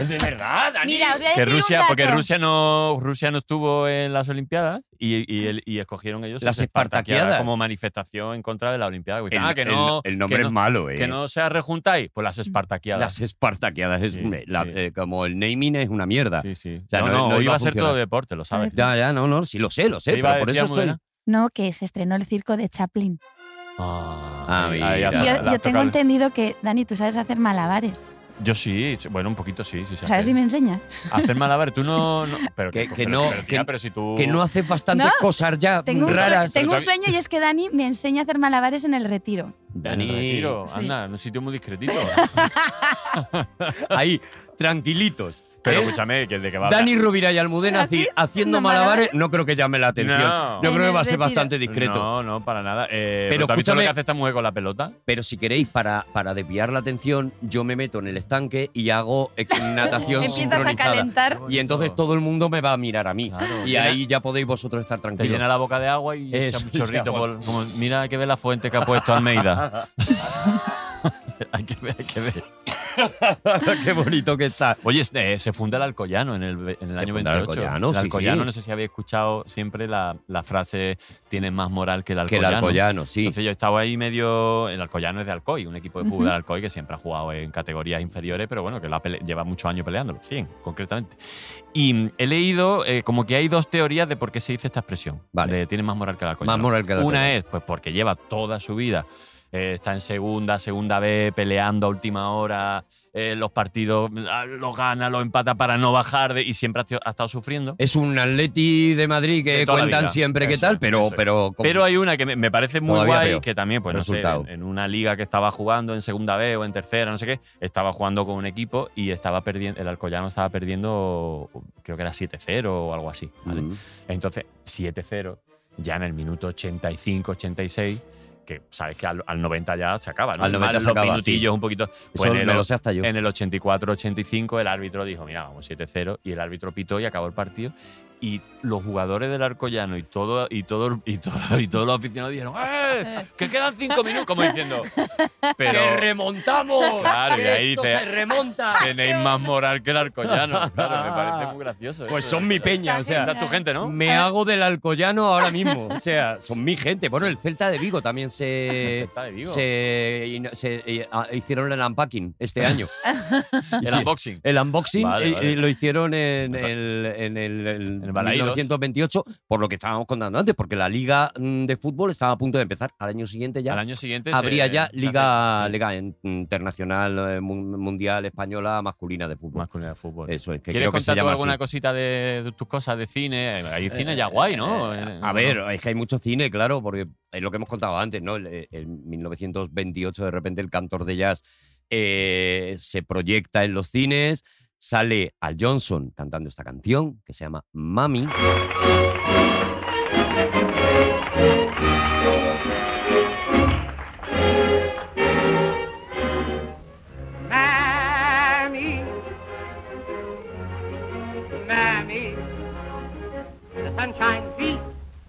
de verdad,
Mira, os voy a
Que
decir un
Rusia, porque
dato.
Rusia no, Rusia no estuvo en las Olimpiadas y, y, el- y escogieron ellos
Las
sus espartaquiadas
espartaquiadas.
como manifestación en contra de la Olimpiada. Dicen, ah, que no,
el, nombre
que no-
es malo, ¿eh?
que no se rejuntáis. Pues
Mm.
las espartaquiadas.
Las espartaqueadas. es
Sí,
me- la-
sí.
eh, como el naming es una mierda.
Sí, sí.
sea,
no,
no-
no,
no
hoy
iba a
va a ser todo
funcionar.
deporte, lo sabes.
Ya, ya, no, no, sí lo sé, lo sé,
Te iba
pero
a
por
decir
eso
a Almudena.
estoy...
No, que se estrenó el circo de Chaplin.
Ah,
Ah,
ahí-
mira.
ahí
Yo,
Ya,
ha tocado-
yo
la ha
tengo
tocado-
entendido que, Dani, tú sabes hacer malabares.
Yo sí, sí, bueno, un poquito sí. sí, sí
¿Sabes
hacer.
si me enseñas?
Hacer malabar, tú no. no- pero
Que- que
pero-
no-
Pero, tía,
que-
pero si tú.
Que no haces bastantes
No,
cosas ya
Tengo un, sue-
raras.
tengo un sueño y es que Dani me enseña a hacer malabares en el retiro.
En
Dani,
el retiro,
Sí.
anda, en un sitio muy discretito.
ahí, tranquilitos.
Pero
¿eh?
escúchame, que el de que va a
Dani Rovira y Almudena
Así,
Cid haciendo
haciendo
malabares
malabares.
no creo que llame la atención.
No.
Yo creo
En
que va a
el
ser
retiro.
bastante discreto.
No, no, para nada. Eh,
Pero
pero ¿tú has visto lo que
escúchame-
hace esta mujer con la pelota?
Pero si queréis, para, para desviar la atención, yo me meto en el estanque y hago eh, natación
Empiezas a
sincronizada.
calentar.
Y entonces todo el mundo me va a mirar a mí.
Claro.
y ahí ya podéis vosotros estar
Te llena
tranquilos.
la boca de agua y
Eso,
echa un chorrito.
de agua.
por- como, mira que ve la fuente que ha puesto Almeida. hay que ver, hay que ver.
Qué bonito que está.
Oye, es- eh, se funda el Alcoyano en el, ve- en el
Se
año
funda el
28.
Alcoyano, sí, sí.
no sé si habéis escuchado siempre la, la frase tiene más moral que el
Que el
Alcoyano.
Alcoyano, sí.
Entonces yo estaba ahí medio. El Alcoyano es de Alcoy, un equipo de fútbol
Ujú.
de Alcoy que siempre ha jugado en categorías inferiores, pero bueno, que lo ha pele- lleva muchos años peleándolo, 100 concretamente. Y mm, he leído eh, como que hay dos teorías de por qué se dice esta expresión.
Vale.
De tiene más moral que el Alcoyano.
Más moral que el
Una
Alcoyano.
es pues porque lleva toda su vida eh, está en segunda, segunda B, peleando a última hora, eh, los partidos ah, los gana, los empata para no bajar de- y siempre ha, tio- ha estado sufriendo.
Es un Atleti de Madrid que
De toda la
cuentan
vida.
siempre qué
Eso
tal,
es,
pero,
eso es.
pero,
Pero hay una que me, me parece muy
Todavía
guay,
peor.
que también, pues no sé,
Resultado.
en, en una liga que estaba jugando en segunda B o en tercera, no sé qué, estaba jugando con un equipo y estaba perdiendo, el Alcoyano estaba perdiendo, creo que era 7-0 o algo así, ¿vale?
Mm.
Entonces, 7-0, ya en el minuto 85, 86, que sabes que al, al 90 ya se acaba, ¿no?
Al 90
Más
se
los
acaba,
minutillos un poquito. Pues
eso
en, el,
me lo sé hasta yo.
en el 84-85 el árbitro dijo, mira, vamos 7-0, y el árbitro pitó y acabó el partido. Y los jugadores del Arcollano y todo, y todo, y todo, y todos los aficionados dijeron, ¡eh! Que quedan 5 minutos, como diciendo. Pero
¡Que remontamos!
Claro, y
¡Que
ahí
esto
dice-
se remonta!
tenéis más moral que el Arcollano. Claro, me parece muy gracioso.
Pues
eso,
son
de
mi
verdad.
peña, o sea.
Esa es tu gente, ¿no?
Me hago del Alcoyano ahora mismo. O sea, son mi gente. Bueno, el Celta de Vigo también se.
Está de Vigo.
Se, y no- se- y, ah, hicieron el unpacking este año. Eh,
El unboxing.
El unboxing
Vale,
y-
vale.
y lo hicieron en
Total.
el, en el,
En Balaídos.
1928, por lo que estábamos contando antes, porque la liga mm, de fútbol estaba a punto de empezar. Al año siguiente ya
Al año siguiente se-
habría ya
eh, se
liga,
hace- sí,
liga en- internacional, eh, mun- mundial, española, masculina de fútbol.
masculina de fútbol.
Eso es, que
¿Quieres
creo que se
contar tú
llama
alguna
así.
cosita de, de tus cosas de cine? Hay cine ya guay, ¿no?
Eh,
Eh,
a ver, es que hay mucho cine, claro, porque es lo que hemos contado antes, ¿no? El- En 1928, de repente, el cantor de jazz eh, se proyecta en los cines, sale Al Johnson cantando esta canción que se llama Mami.
Mammy. Mammy. The sun shines east,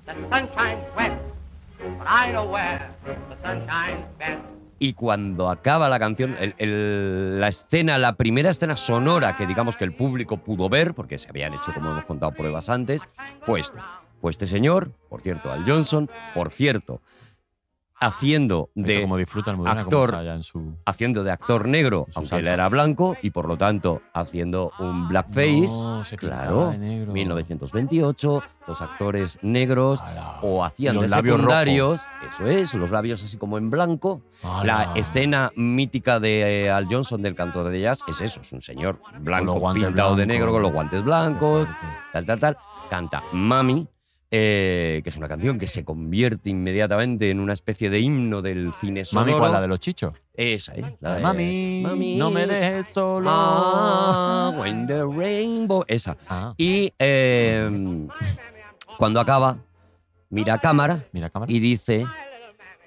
the sun shines west. But I know where the sun shines best.
Y cuando acaba la canción, el- el- la escena, la primera escena sonora que digamos que el público pudo ver, porque se habían hecho, como hemos contado, pruebas antes, fue esto. Fue este señor, por cierto, Al Johnson, por cierto, haciendo
De
de
como disfruta Almudena, como
actor.
está ya en su...
haciendo de actor negro,
Su
aunque él
salsa.
era blanco, y por lo tanto haciendo un blackface.
No, se pintaba
claro,
de negro.
1928, los actores negros
Ala.
o hacían
Y Ah, los
de
labios
secundarios, eso es, los labios así como en blanco.
Ala.
La escena mítica de eh, Al Johnson del cantor de jazz es eso, es un señor blanco
los guantes
pintado de
blancos.
negro con los guantes
Qué
blancos,
fuerte.
tal, tal, tal, canta Mami, eh, que es una canción que se convierte inmediatamente en una especie de himno del cine sonoro.
Mami, ¿cuál la de los chichos?
Esa, ¿eh? La de-
mami,
Mami.
no me dejes solo.
Ah, when the rainbow. Esa.
Ah,
Y eh, cuando acaba, mira a cámara
mira cámara.
y dice: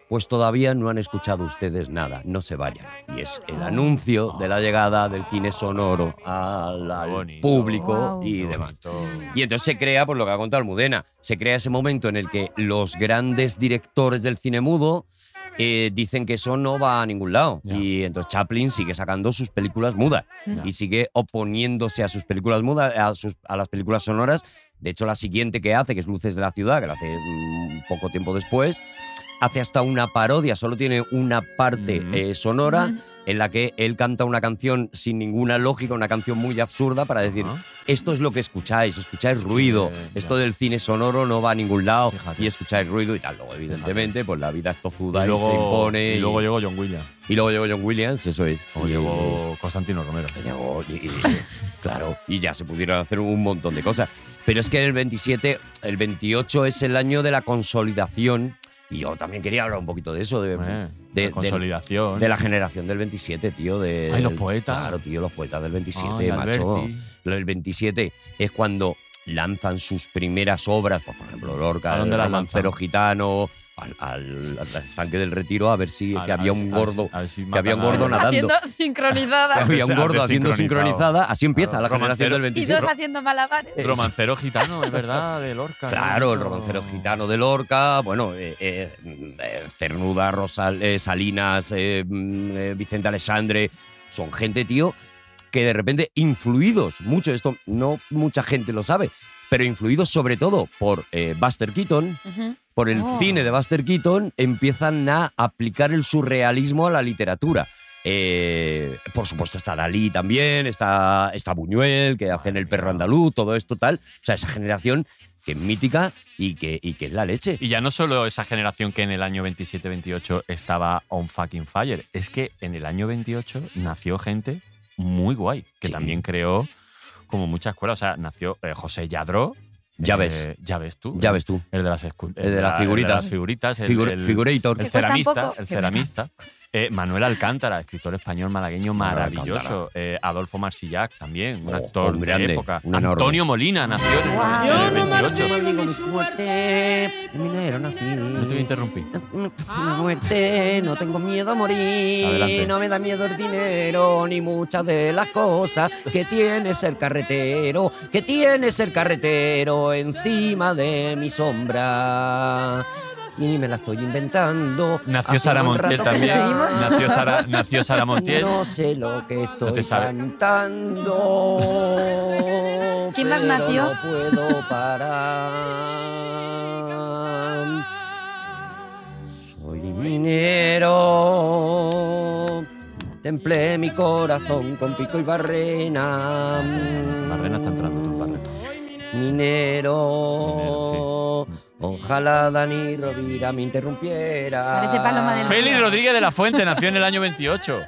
Pues todavía no han escuchado ustedes nada, no se vayan. Y es el
Ah.
anuncio de la llegada del cine sonoro al, al
Qué bonito.
público
Guau.
y
Qué
demás.
bonito.
Y entonces se crea, por lo que ha contado Almudena, se crea ese momento en el que los grandes directores del cine mudo eh, dicen que eso no va a ningún lado.
Ya.
Y entonces Chaplin sigue sacando sus películas mudas
Ya.
y sigue oponiéndose a sus películas mudas, a, sus- a las películas sonoras. De hecho, la siguiente que hace, que es Luces de la Ciudad, que la hace mm, poco tiempo después, hace hasta una parodia, solo tiene una parte
Ujú.
eh, sonora en la que él canta una canción sin ninguna lógica, una canción muy absurda para decir,
Ajá.
esto es lo que escucháis, escucháis
Es que,
ruido,
ya.
esto del cine sonoro no va a ningún lado
Fíjate.
y escucháis ruido y tal. Luego, evidentemente, pues la vida es tozuda y,
Y luego,
se impone.
y luego llegó John Williams.
y luego llegó John Williams, eso es.
O
Y-
llegó Constantino Romero.
y llegó- y- y- claro, y ya se pudieron hacer un montón de cosas. Pero es que el 27, el 28 es el año de la consolidación. Y yo también quería hablar un poquito de eso, de,
Eh,
de-
la
de-
consolidación.
de la generación del 27, tío. De,
Ay, los poetas.
Claro, tío, los poetas del
Ay,
27, macho.
Ah, Alberti.
Lo del 27 es cuando lanzan sus primeras obras, pues, por ejemplo, Lorca,
¿A dónde
el
las
romancero
lanzan?
gitano, al, al- al estanque del retiro, a ver si
A-
que
a
había
ver si-
un
a ver si-
gordo.
a ver si
que había un
matan a-
gordo nadando.
Haciendo
que
sincronizadas
había un
antes
gordo haciendo
sincronizado.
sincronizada. Así empieza
Claro,
la generación del
romancero.
y
27.
dos haciendo malabares.
Eh,
Romancero gitano, es verdad, de Lorca.
Claro, el
¿no?
romancero gitano de Lorca, bueno, eh, eh, eh, Cernuda, Rosal, eh, Salinas, eh, mm, eh, Vicente Alessandre, son gente, tío, que de repente influidos, mucho de esto, no mucha gente lo sabe, pero influidos sobre todo por eh, Buster Keaton,
Ujú.
por el
Oh.
cine de Buster Keaton, empiezan a aplicar el surrealismo a la literatura. Eh, por supuesto está Dalí también, está, está Buñuel, que hacen El perro andaluz, todo esto tal. O sea, esa generación que es mítica y que, y que es la leche.
Y ya no solo esa generación que en el año 27-28 estaba on fucking fire, es que en el año 28 nació gente muy guay, que
Sí.
también creó como muchas escuelas. O sea, nació eh, José Yadro.
Ya
eh,
ves,
ya ves tú.
ya
¿no?
ves tú.
El de las, escu-
El de las figuritas.
las figuritas. El,
Figur-
el-
Figurator.
el
Que cuesta
ceramista.
poco,
El
que cuesta.
ceramista. Eh, Manuel Alcántara, escritor español malagueño
Manuel
maravilloso. Eh, Adolfo Marsillac también, un
Oh,
actor
un
de
grande,
época.
un enorme.
Antonio Molina nació en el
Guau.
año 28.
suerte,
No te voy a interrumpir.
pues, Una muerte, no tengo miedo a morir,
Adelante.
no me da miedo el dinero, ni muchas de las cosas que tiene ser carretero, que tiene ser carretero encima de mi sombra. Y me la estoy inventando.
Nació
hace
Sara
un
Montiel
rato que
también.
ya.
¿Seguimos?
Nació Sara, nació Sara Montiel.
No sé lo que estoy
te sabe.
cantando.
¿Quién más
pero
nació?
No puedo parar. Soy minero. Templé mi corazón con pico y barrena.
Barrena está entrando tú, Barrena.
Minero. Ojalá Dani Rovira me interrumpiera.
Parece Paloma de Fe-
Félix Rodríguez de la Fuente nació en el año 28.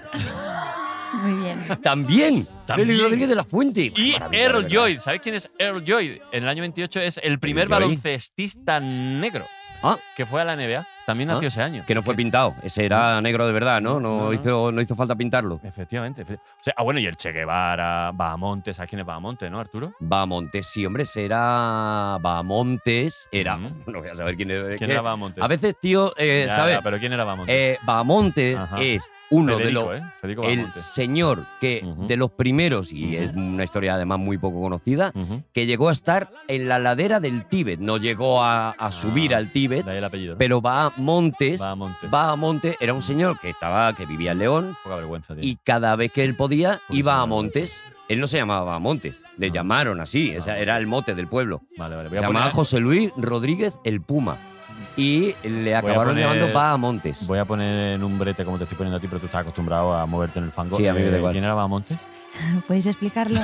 Muy bien.
También.
También.
Félix Rodríguez de la Fuente.
Y
Maravilla,
Earl
de verdad.
Lloyd, ¿sabéis quién es Earl Lloyd? En el año 28 es el primer
Lloyd.
baloncestista negro
Ah.
que fue a la NBA. También
Ah.
nació ese año.
Que no
Así
fue pintado. Ese era negro de verdad, ¿no? No,
No, no.
Hizo, no hizo falta pintarlo.
Efectivamente. efe- O sea, ah, bueno, y el Che Guevara, Bahamontes, ¿sabes quién es Bahamontes, no, Arturo?
Bahamontes, sí, hombre, ese era Bahamontes. Era.
Ujú.
No voy a saber quién era.
¿Quién
que-
era Bahamontes?
Eh, A veces, tío, eh,
Ya,
¿sabes?
ya, pero ¿quién era Bahamontes?
Eh, Bahamontes
Ajá.
es uno
Federico,
de los.
¿eh? Federico
El
Bahamontes.
señor que
Ujú.
de los primeros, y
Ujú.
es una historia además muy poco conocida,
Ujú.
que llegó a estar en la ladera del Tíbet. No llegó a, a subir
Ah.
al Tíbet,
De ahí el apellido. ¿no?
pero Bahamontes,
Bahamontes.
Bahamontes era un señor que estaba, que vivía en León,
Poca vergüenza, tío.
y cada vez que él podía
Porque se
iba a
llamaba
Montes. Él no se llamaba Montes, le
Ah.
llamaron así,
Ah,
esa
ok.
era el mote del pueblo.
Vale, vale.
Se
Voy a,
llamaba
poner,
José Luis Rodríguez el Puma y le acabaron
poner-
llamando Va a Montes.
voy a poner en un brete como te estoy poniendo a ti, pero tú estás acostumbrado a moverte en el fango.
Sí, a mí me da
Eh,
igual.
¿Quién era Bahamontes?
¿Podéis explicarlo?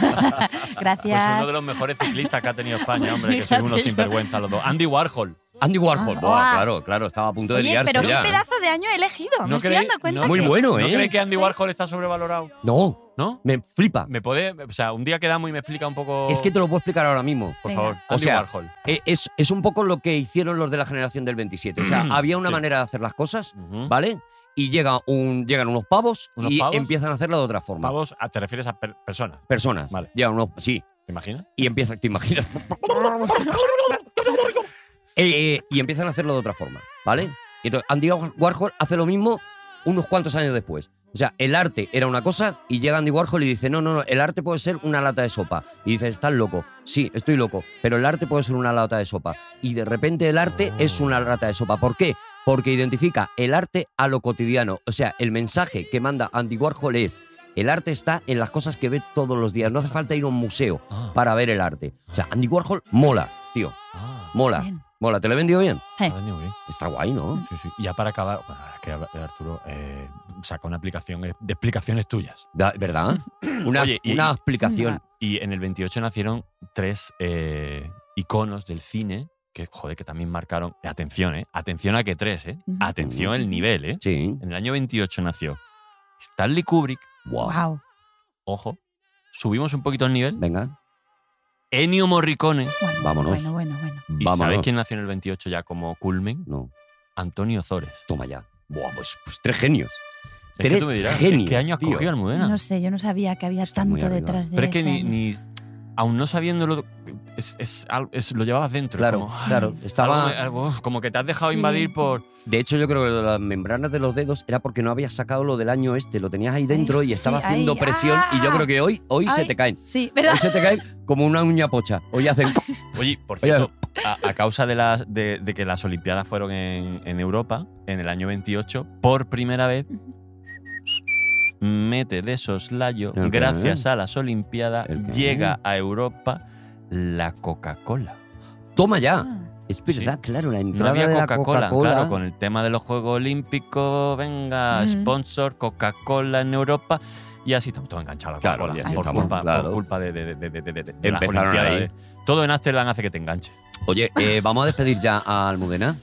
Pues
Gracias.
uno de los mejores ciclistas que ha tenido España, hombre, que
Fíjate
son unos
yo.
sinvergüenza los dos. Andy Warhol.
Andy Warhol,
Ah, ah.
Buah, claro, claro, estaba a punto de
Oye,
liarse
pero
ya.
qué pedazo de año he elegido. Me estoy
cree-
dando cuenta
no
Muy
cree-
que
bueno,
¿No
¿eh?
cree que Andy
Sí.
Warhol está sobrevalorado?
No,
¿No?
me flipa.
¿Me puede.? O sea, un día quedamos y me explica un poco.
Es que te lo puedo explicar ahora mismo.
Por
Venga.
favor,
O
Andy
sea,
Warhol.
Eh, Es, es un poco lo que hicieron los de la generación del 27. O sea, había una
Sí.
manera de hacer las cosas,
Ujú.
¿vale? Y llega un, llegan unos pavos
¿Unos
y
pavos?
empiezan a hacerlo de otra forma.
Pavos, ah, te refieres a per- personas,
Personas.
Vale.
Llegan unos, sí,
¿te imaginas?
y empiezan, ¿te imaginas? Eh, eh, y empiezan a hacerlo de otra forma, ¿vale? Y entonces Andy Warhol hace lo mismo unos cuantos años después. O sea, el arte era una cosa y llega Andy Warhol y dice, no, no, no, el arte puede ser una lata de sopa. Y dice, estás loco. Sí, estoy loco, pero el arte puede ser una lata de sopa. Y de repente el arte es una lata de sopa. ¿Por qué? Porque identifica el arte a lo cotidiano. O sea, el mensaje que manda Andy Warhol es, el arte está en las cosas que ve todos los días. No hace falta ir a un museo
Ah,
para ver el arte. O sea, Andy Warhol mola, tío.
ah,
Mola.
Bien.
Mola, ¿te lo he vendido bien?
ha venido bien.
Está guay, ¿no?
Sí, sí. Y ya para acabar, bueno, es que eh, Arturo eh, saca una aplicación eh, de explicaciones tuyas.
Da- ¿Verdad? Una,
Oye, y-
una explicación.
Y en el 28 nacieron tres eh, iconos del cine que, joder, que también marcaron. Atención, ¿eh? Atención a que tres, ¿eh?
Ujú.
Atención el nivel, ¿eh?
Sí.
En el año 28 nació Stanley Kubrick,
Wow.
Wow.
ojo, subimos un poquito el nivel,
Venga,
Ennio Morricone,
Bueno,
Vámonos.
Bueno, bueno, bueno.
y
vámonos.
¿sabéis quién nació en el 28 ya como culmen?
No,
Antonio Zores.
toma ya. Buah, pues, pues tres genios.
Es que
Tres
tú me dirás,
genios,
¿Qué año ha
tío.
cogido Almudena?
No sé, yo no sabía que había
Está muy
tanto
arriba.
detrás de
Pero es que
ese
ni,
año.
ni- aún no sabiéndolo, es, es al- es- lo llevabas dentro.
Claro,
como, ah,
claro. Estaba.
algo me- algo- como que te has dejado
Sí.
invadir por.
De hecho, yo creo que lo de las membranas de los dedos era porque no habías sacado lo del año este. Lo tenías ahí dentro y
sí,
estaba
ahí.
haciendo presión. Y yo creo que hoy, hoy se
Ay,
te caen.
Sí,
Hoy
¿verdad?
se te caen como una uña pocha. Hoy hacen.
Oye, por
Oye,
cierto, a, a causa de, las, de, de que las Olimpiadas fueron en, en Europa, en el año 28, por primera vez, mete de soslayo,
¿El qué?
gracias a las Olimpiadas,
¿El qué?
llega a Europa la Coca-Cola.
Toma ya.
Ah,
Es verdad, claro, la
No
entrada
había
de la
Coca-Cola,
Coca-Cola.
claro, con el tema de los Juegos Olímpicos, venga,
Ujú.
sponsor, Coca-Cola en Europa, y así estamos todos enganchados a la
Claro,
Coca-Cola,
y así
por,
estamos,
culpa,
claro.
por culpa de, de, de- de- de- de- de las
Empezaron
Olimpiadas,
ahí.
eh. Todo en Amsterdam hace que te enganche.
Oye, eh, vamos a despedir ya a Almudena.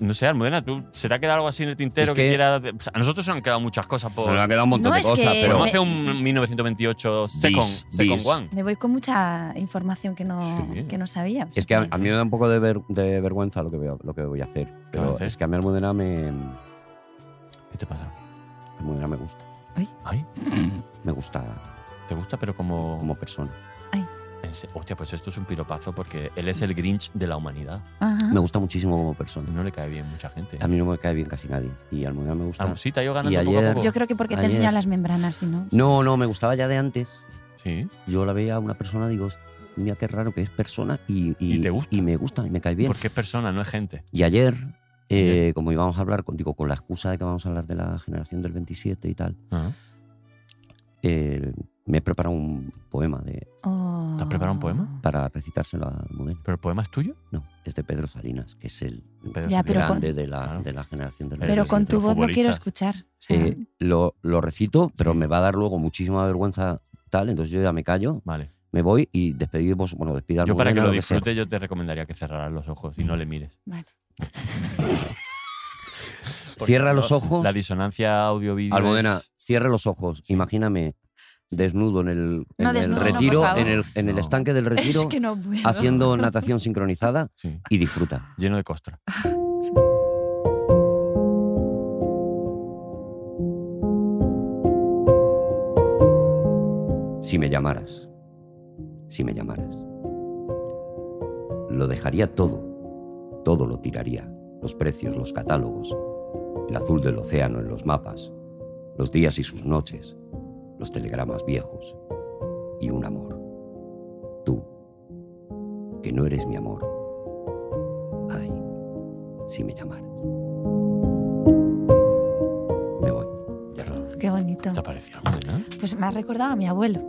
No sé, Almudena, ¿tú, ¿se te ha quedado algo así en el tintero
Es
que,
que-
quieras? de- o sea, a nosotros se nos han quedado muchas cosas por.
Nos ha quedado un montón
No,
de
es
cosas,
que
pero.
Podemos
Eh, me-
hacer un 1928 Second,
Bis,
second
bis.
One.
Me voy con mucha información que no,
Sí.
que no sabía.
Es que a, a mí me da un poco de, ver- de vergüenza lo que, veo- lo que voy a hacer.
vas a
Pero
hacer?
es que a mí Almudena me.
¿Qué te pasa?
Almudena me gusta.
Ay,
Me gusta
¿te gusta? Pero como.
como persona.
en se- Hostia, pues esto es un piropazo porque él es el Grinch de la humanidad.
Ajá.
Me gusta muchísimo como persona.
No le cae bien mucha gente.
A mí no me cae bien casi nadie. Y Almudena me gusta.
Ah, sí, te ha ido ganando
Y
poco a
ayer-
poco.
Yo creo que porque te he
Ayer.
enseñado las membranas, si no.
No, no, me gustaba ya de antes.
Sí.
Yo la veía a una persona, digo, mira qué raro que es persona y,
Y te gusta.
y me gusta y me cae bien.
Porque es persona, no es gente.
Y ayer, eh, como íbamos a hablar, con- digo, con la excusa de que vamos a hablar de la generación del 27 y tal, eh, me he preparado un poema de,
Oh.
¿Te has preparado un poema?
para recitárselo a Almudena.
¿Pero el poema es tuyo?
No, es de Pedro Salinas, que es el
Pedro
Ya, pero
Salinas.
grande de, la,
claro.
de la generación del
Pero con tu
Los
voz lo quiero
futbolistas.
escuchar. o sea,
Eh, lo, lo recito, pero
Sí.
me va a dar luego muchísima vergüenza tal, entonces yo ya me callo,
Vale.
me voy y despedimos, bueno, despida
Yo para que
Almudena,
lo
sea.
disfrute, yo te recomendaría que cerraras los ojos y no le mires.
vale.
Porque
Cierra
no-
los ojos.
La disonancia audio-vídeo.
Almudena,
es-
cierre los ojos. Imagíname desnudo en el, en
No,
el
desnudo no, por
retiro,
favor.
en el, en el
No.
estanque del retiro,
Es que no puedo.
haciendo natación sincronizada
Sí,
y disfruta.
lleno de costra.
Si me llamaras, si me llamaras, lo dejaría todo, todo lo tiraría, los precios, los catálogos, el azul del océano en los mapas, los días y sus noches, los telegramas viejos y un amor. Tú, que no eres mi amor. Ay, si me llamaras. Me voy. Ya está.
Qué bonito.
¿Te ha parecido, Almudena?
Pues me has recordado a mi abuelo.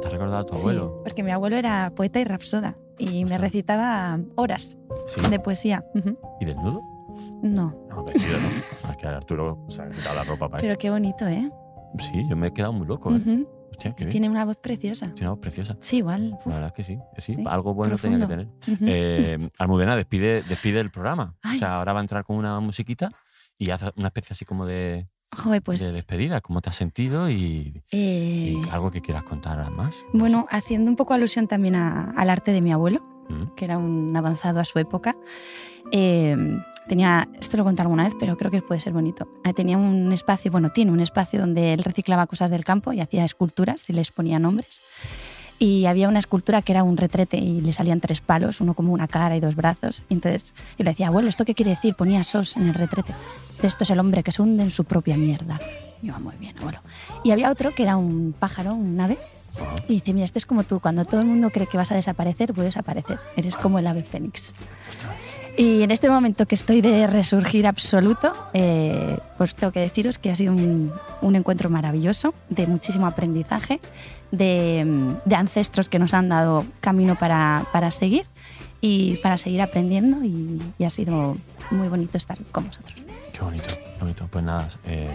¿Te has recordado a tu
Pues Sí,
abuelo?
porque mi abuelo era poeta y rapsoda y me
Ostras.
recitaba horas
Sí.
de poesía. Ujú.
¿Y desnudo?
No,
No, vestido no. Es que Arturo se ha quitado la ropa para
pero qué bonito, ¿eh?
esto. Sí, yo me he quedado muy loco. ¿eh?
Ujú.
Hostia, qué bien.
Tiene una voz preciosa.
Tiene una voz preciosa.
Sí, igual. uf.
La verdad es que sí. Sí,
Sí,
algo bueno tenía que tener.
profundo. Ujú.
Eh, Almudena despide, despide el programa. O
Ay.
sea, ahora va a entrar con una musiquita y hace una especie así como de,
Joder, pues.
de despedida, cómo te has sentido y,
eh,
y algo que quieras contar más.
Bueno, haciendo un poco alusión también a- al arte de mi abuelo,
Mm.
que era un avanzado a su época. eh, tenía, esto lo conté alguna vez, pero creo que puede ser bonito. Ah, Tenía un espacio, bueno, tiene un espacio donde él reciclaba cosas del campo y hacía esculturas y les ponía nombres. Y había una escultura que era un retrete y le salían tres palos, uno como una cara y dos brazos. Y entonces yo le decía, abuelo, ¿esto qué quiere decir? Ponía sos en el retrete. Dice, Esto es el hombre que se hunde en su propia mierda. Y yo, "Ah, muy bien, abuelo. Y había otro que era un pájaro, un ave, y dice, mira, esto es como tú, cuando todo el mundo cree que vas a desaparecer, puedes aparecer. Eres como el ave fénix. Y en este momento que estoy de resurgir absoluto, eh, pues tengo que deciros que ha sido un, un encuentro maravilloso, de muchísimo aprendizaje, de, mm, de ancestros que nos han dado camino para, para seguir y para seguir aprendiendo y, y ha sido muy bonito estar con vosotros.
Qué bonito, qué bonito. Pues nada, eh,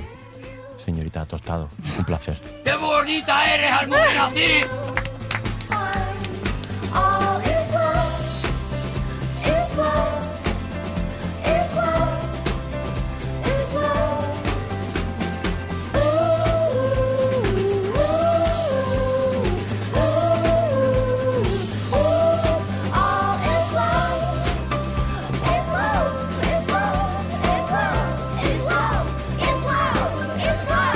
señorita Tostado, un placer.
¡Qué bonita eres, Almudena! ¡Sí!
All is well, is well, is well, is well. Ooh, ooh, ooh, ooh. All is well, is well, is well, is well, is well, is well, is well, is well.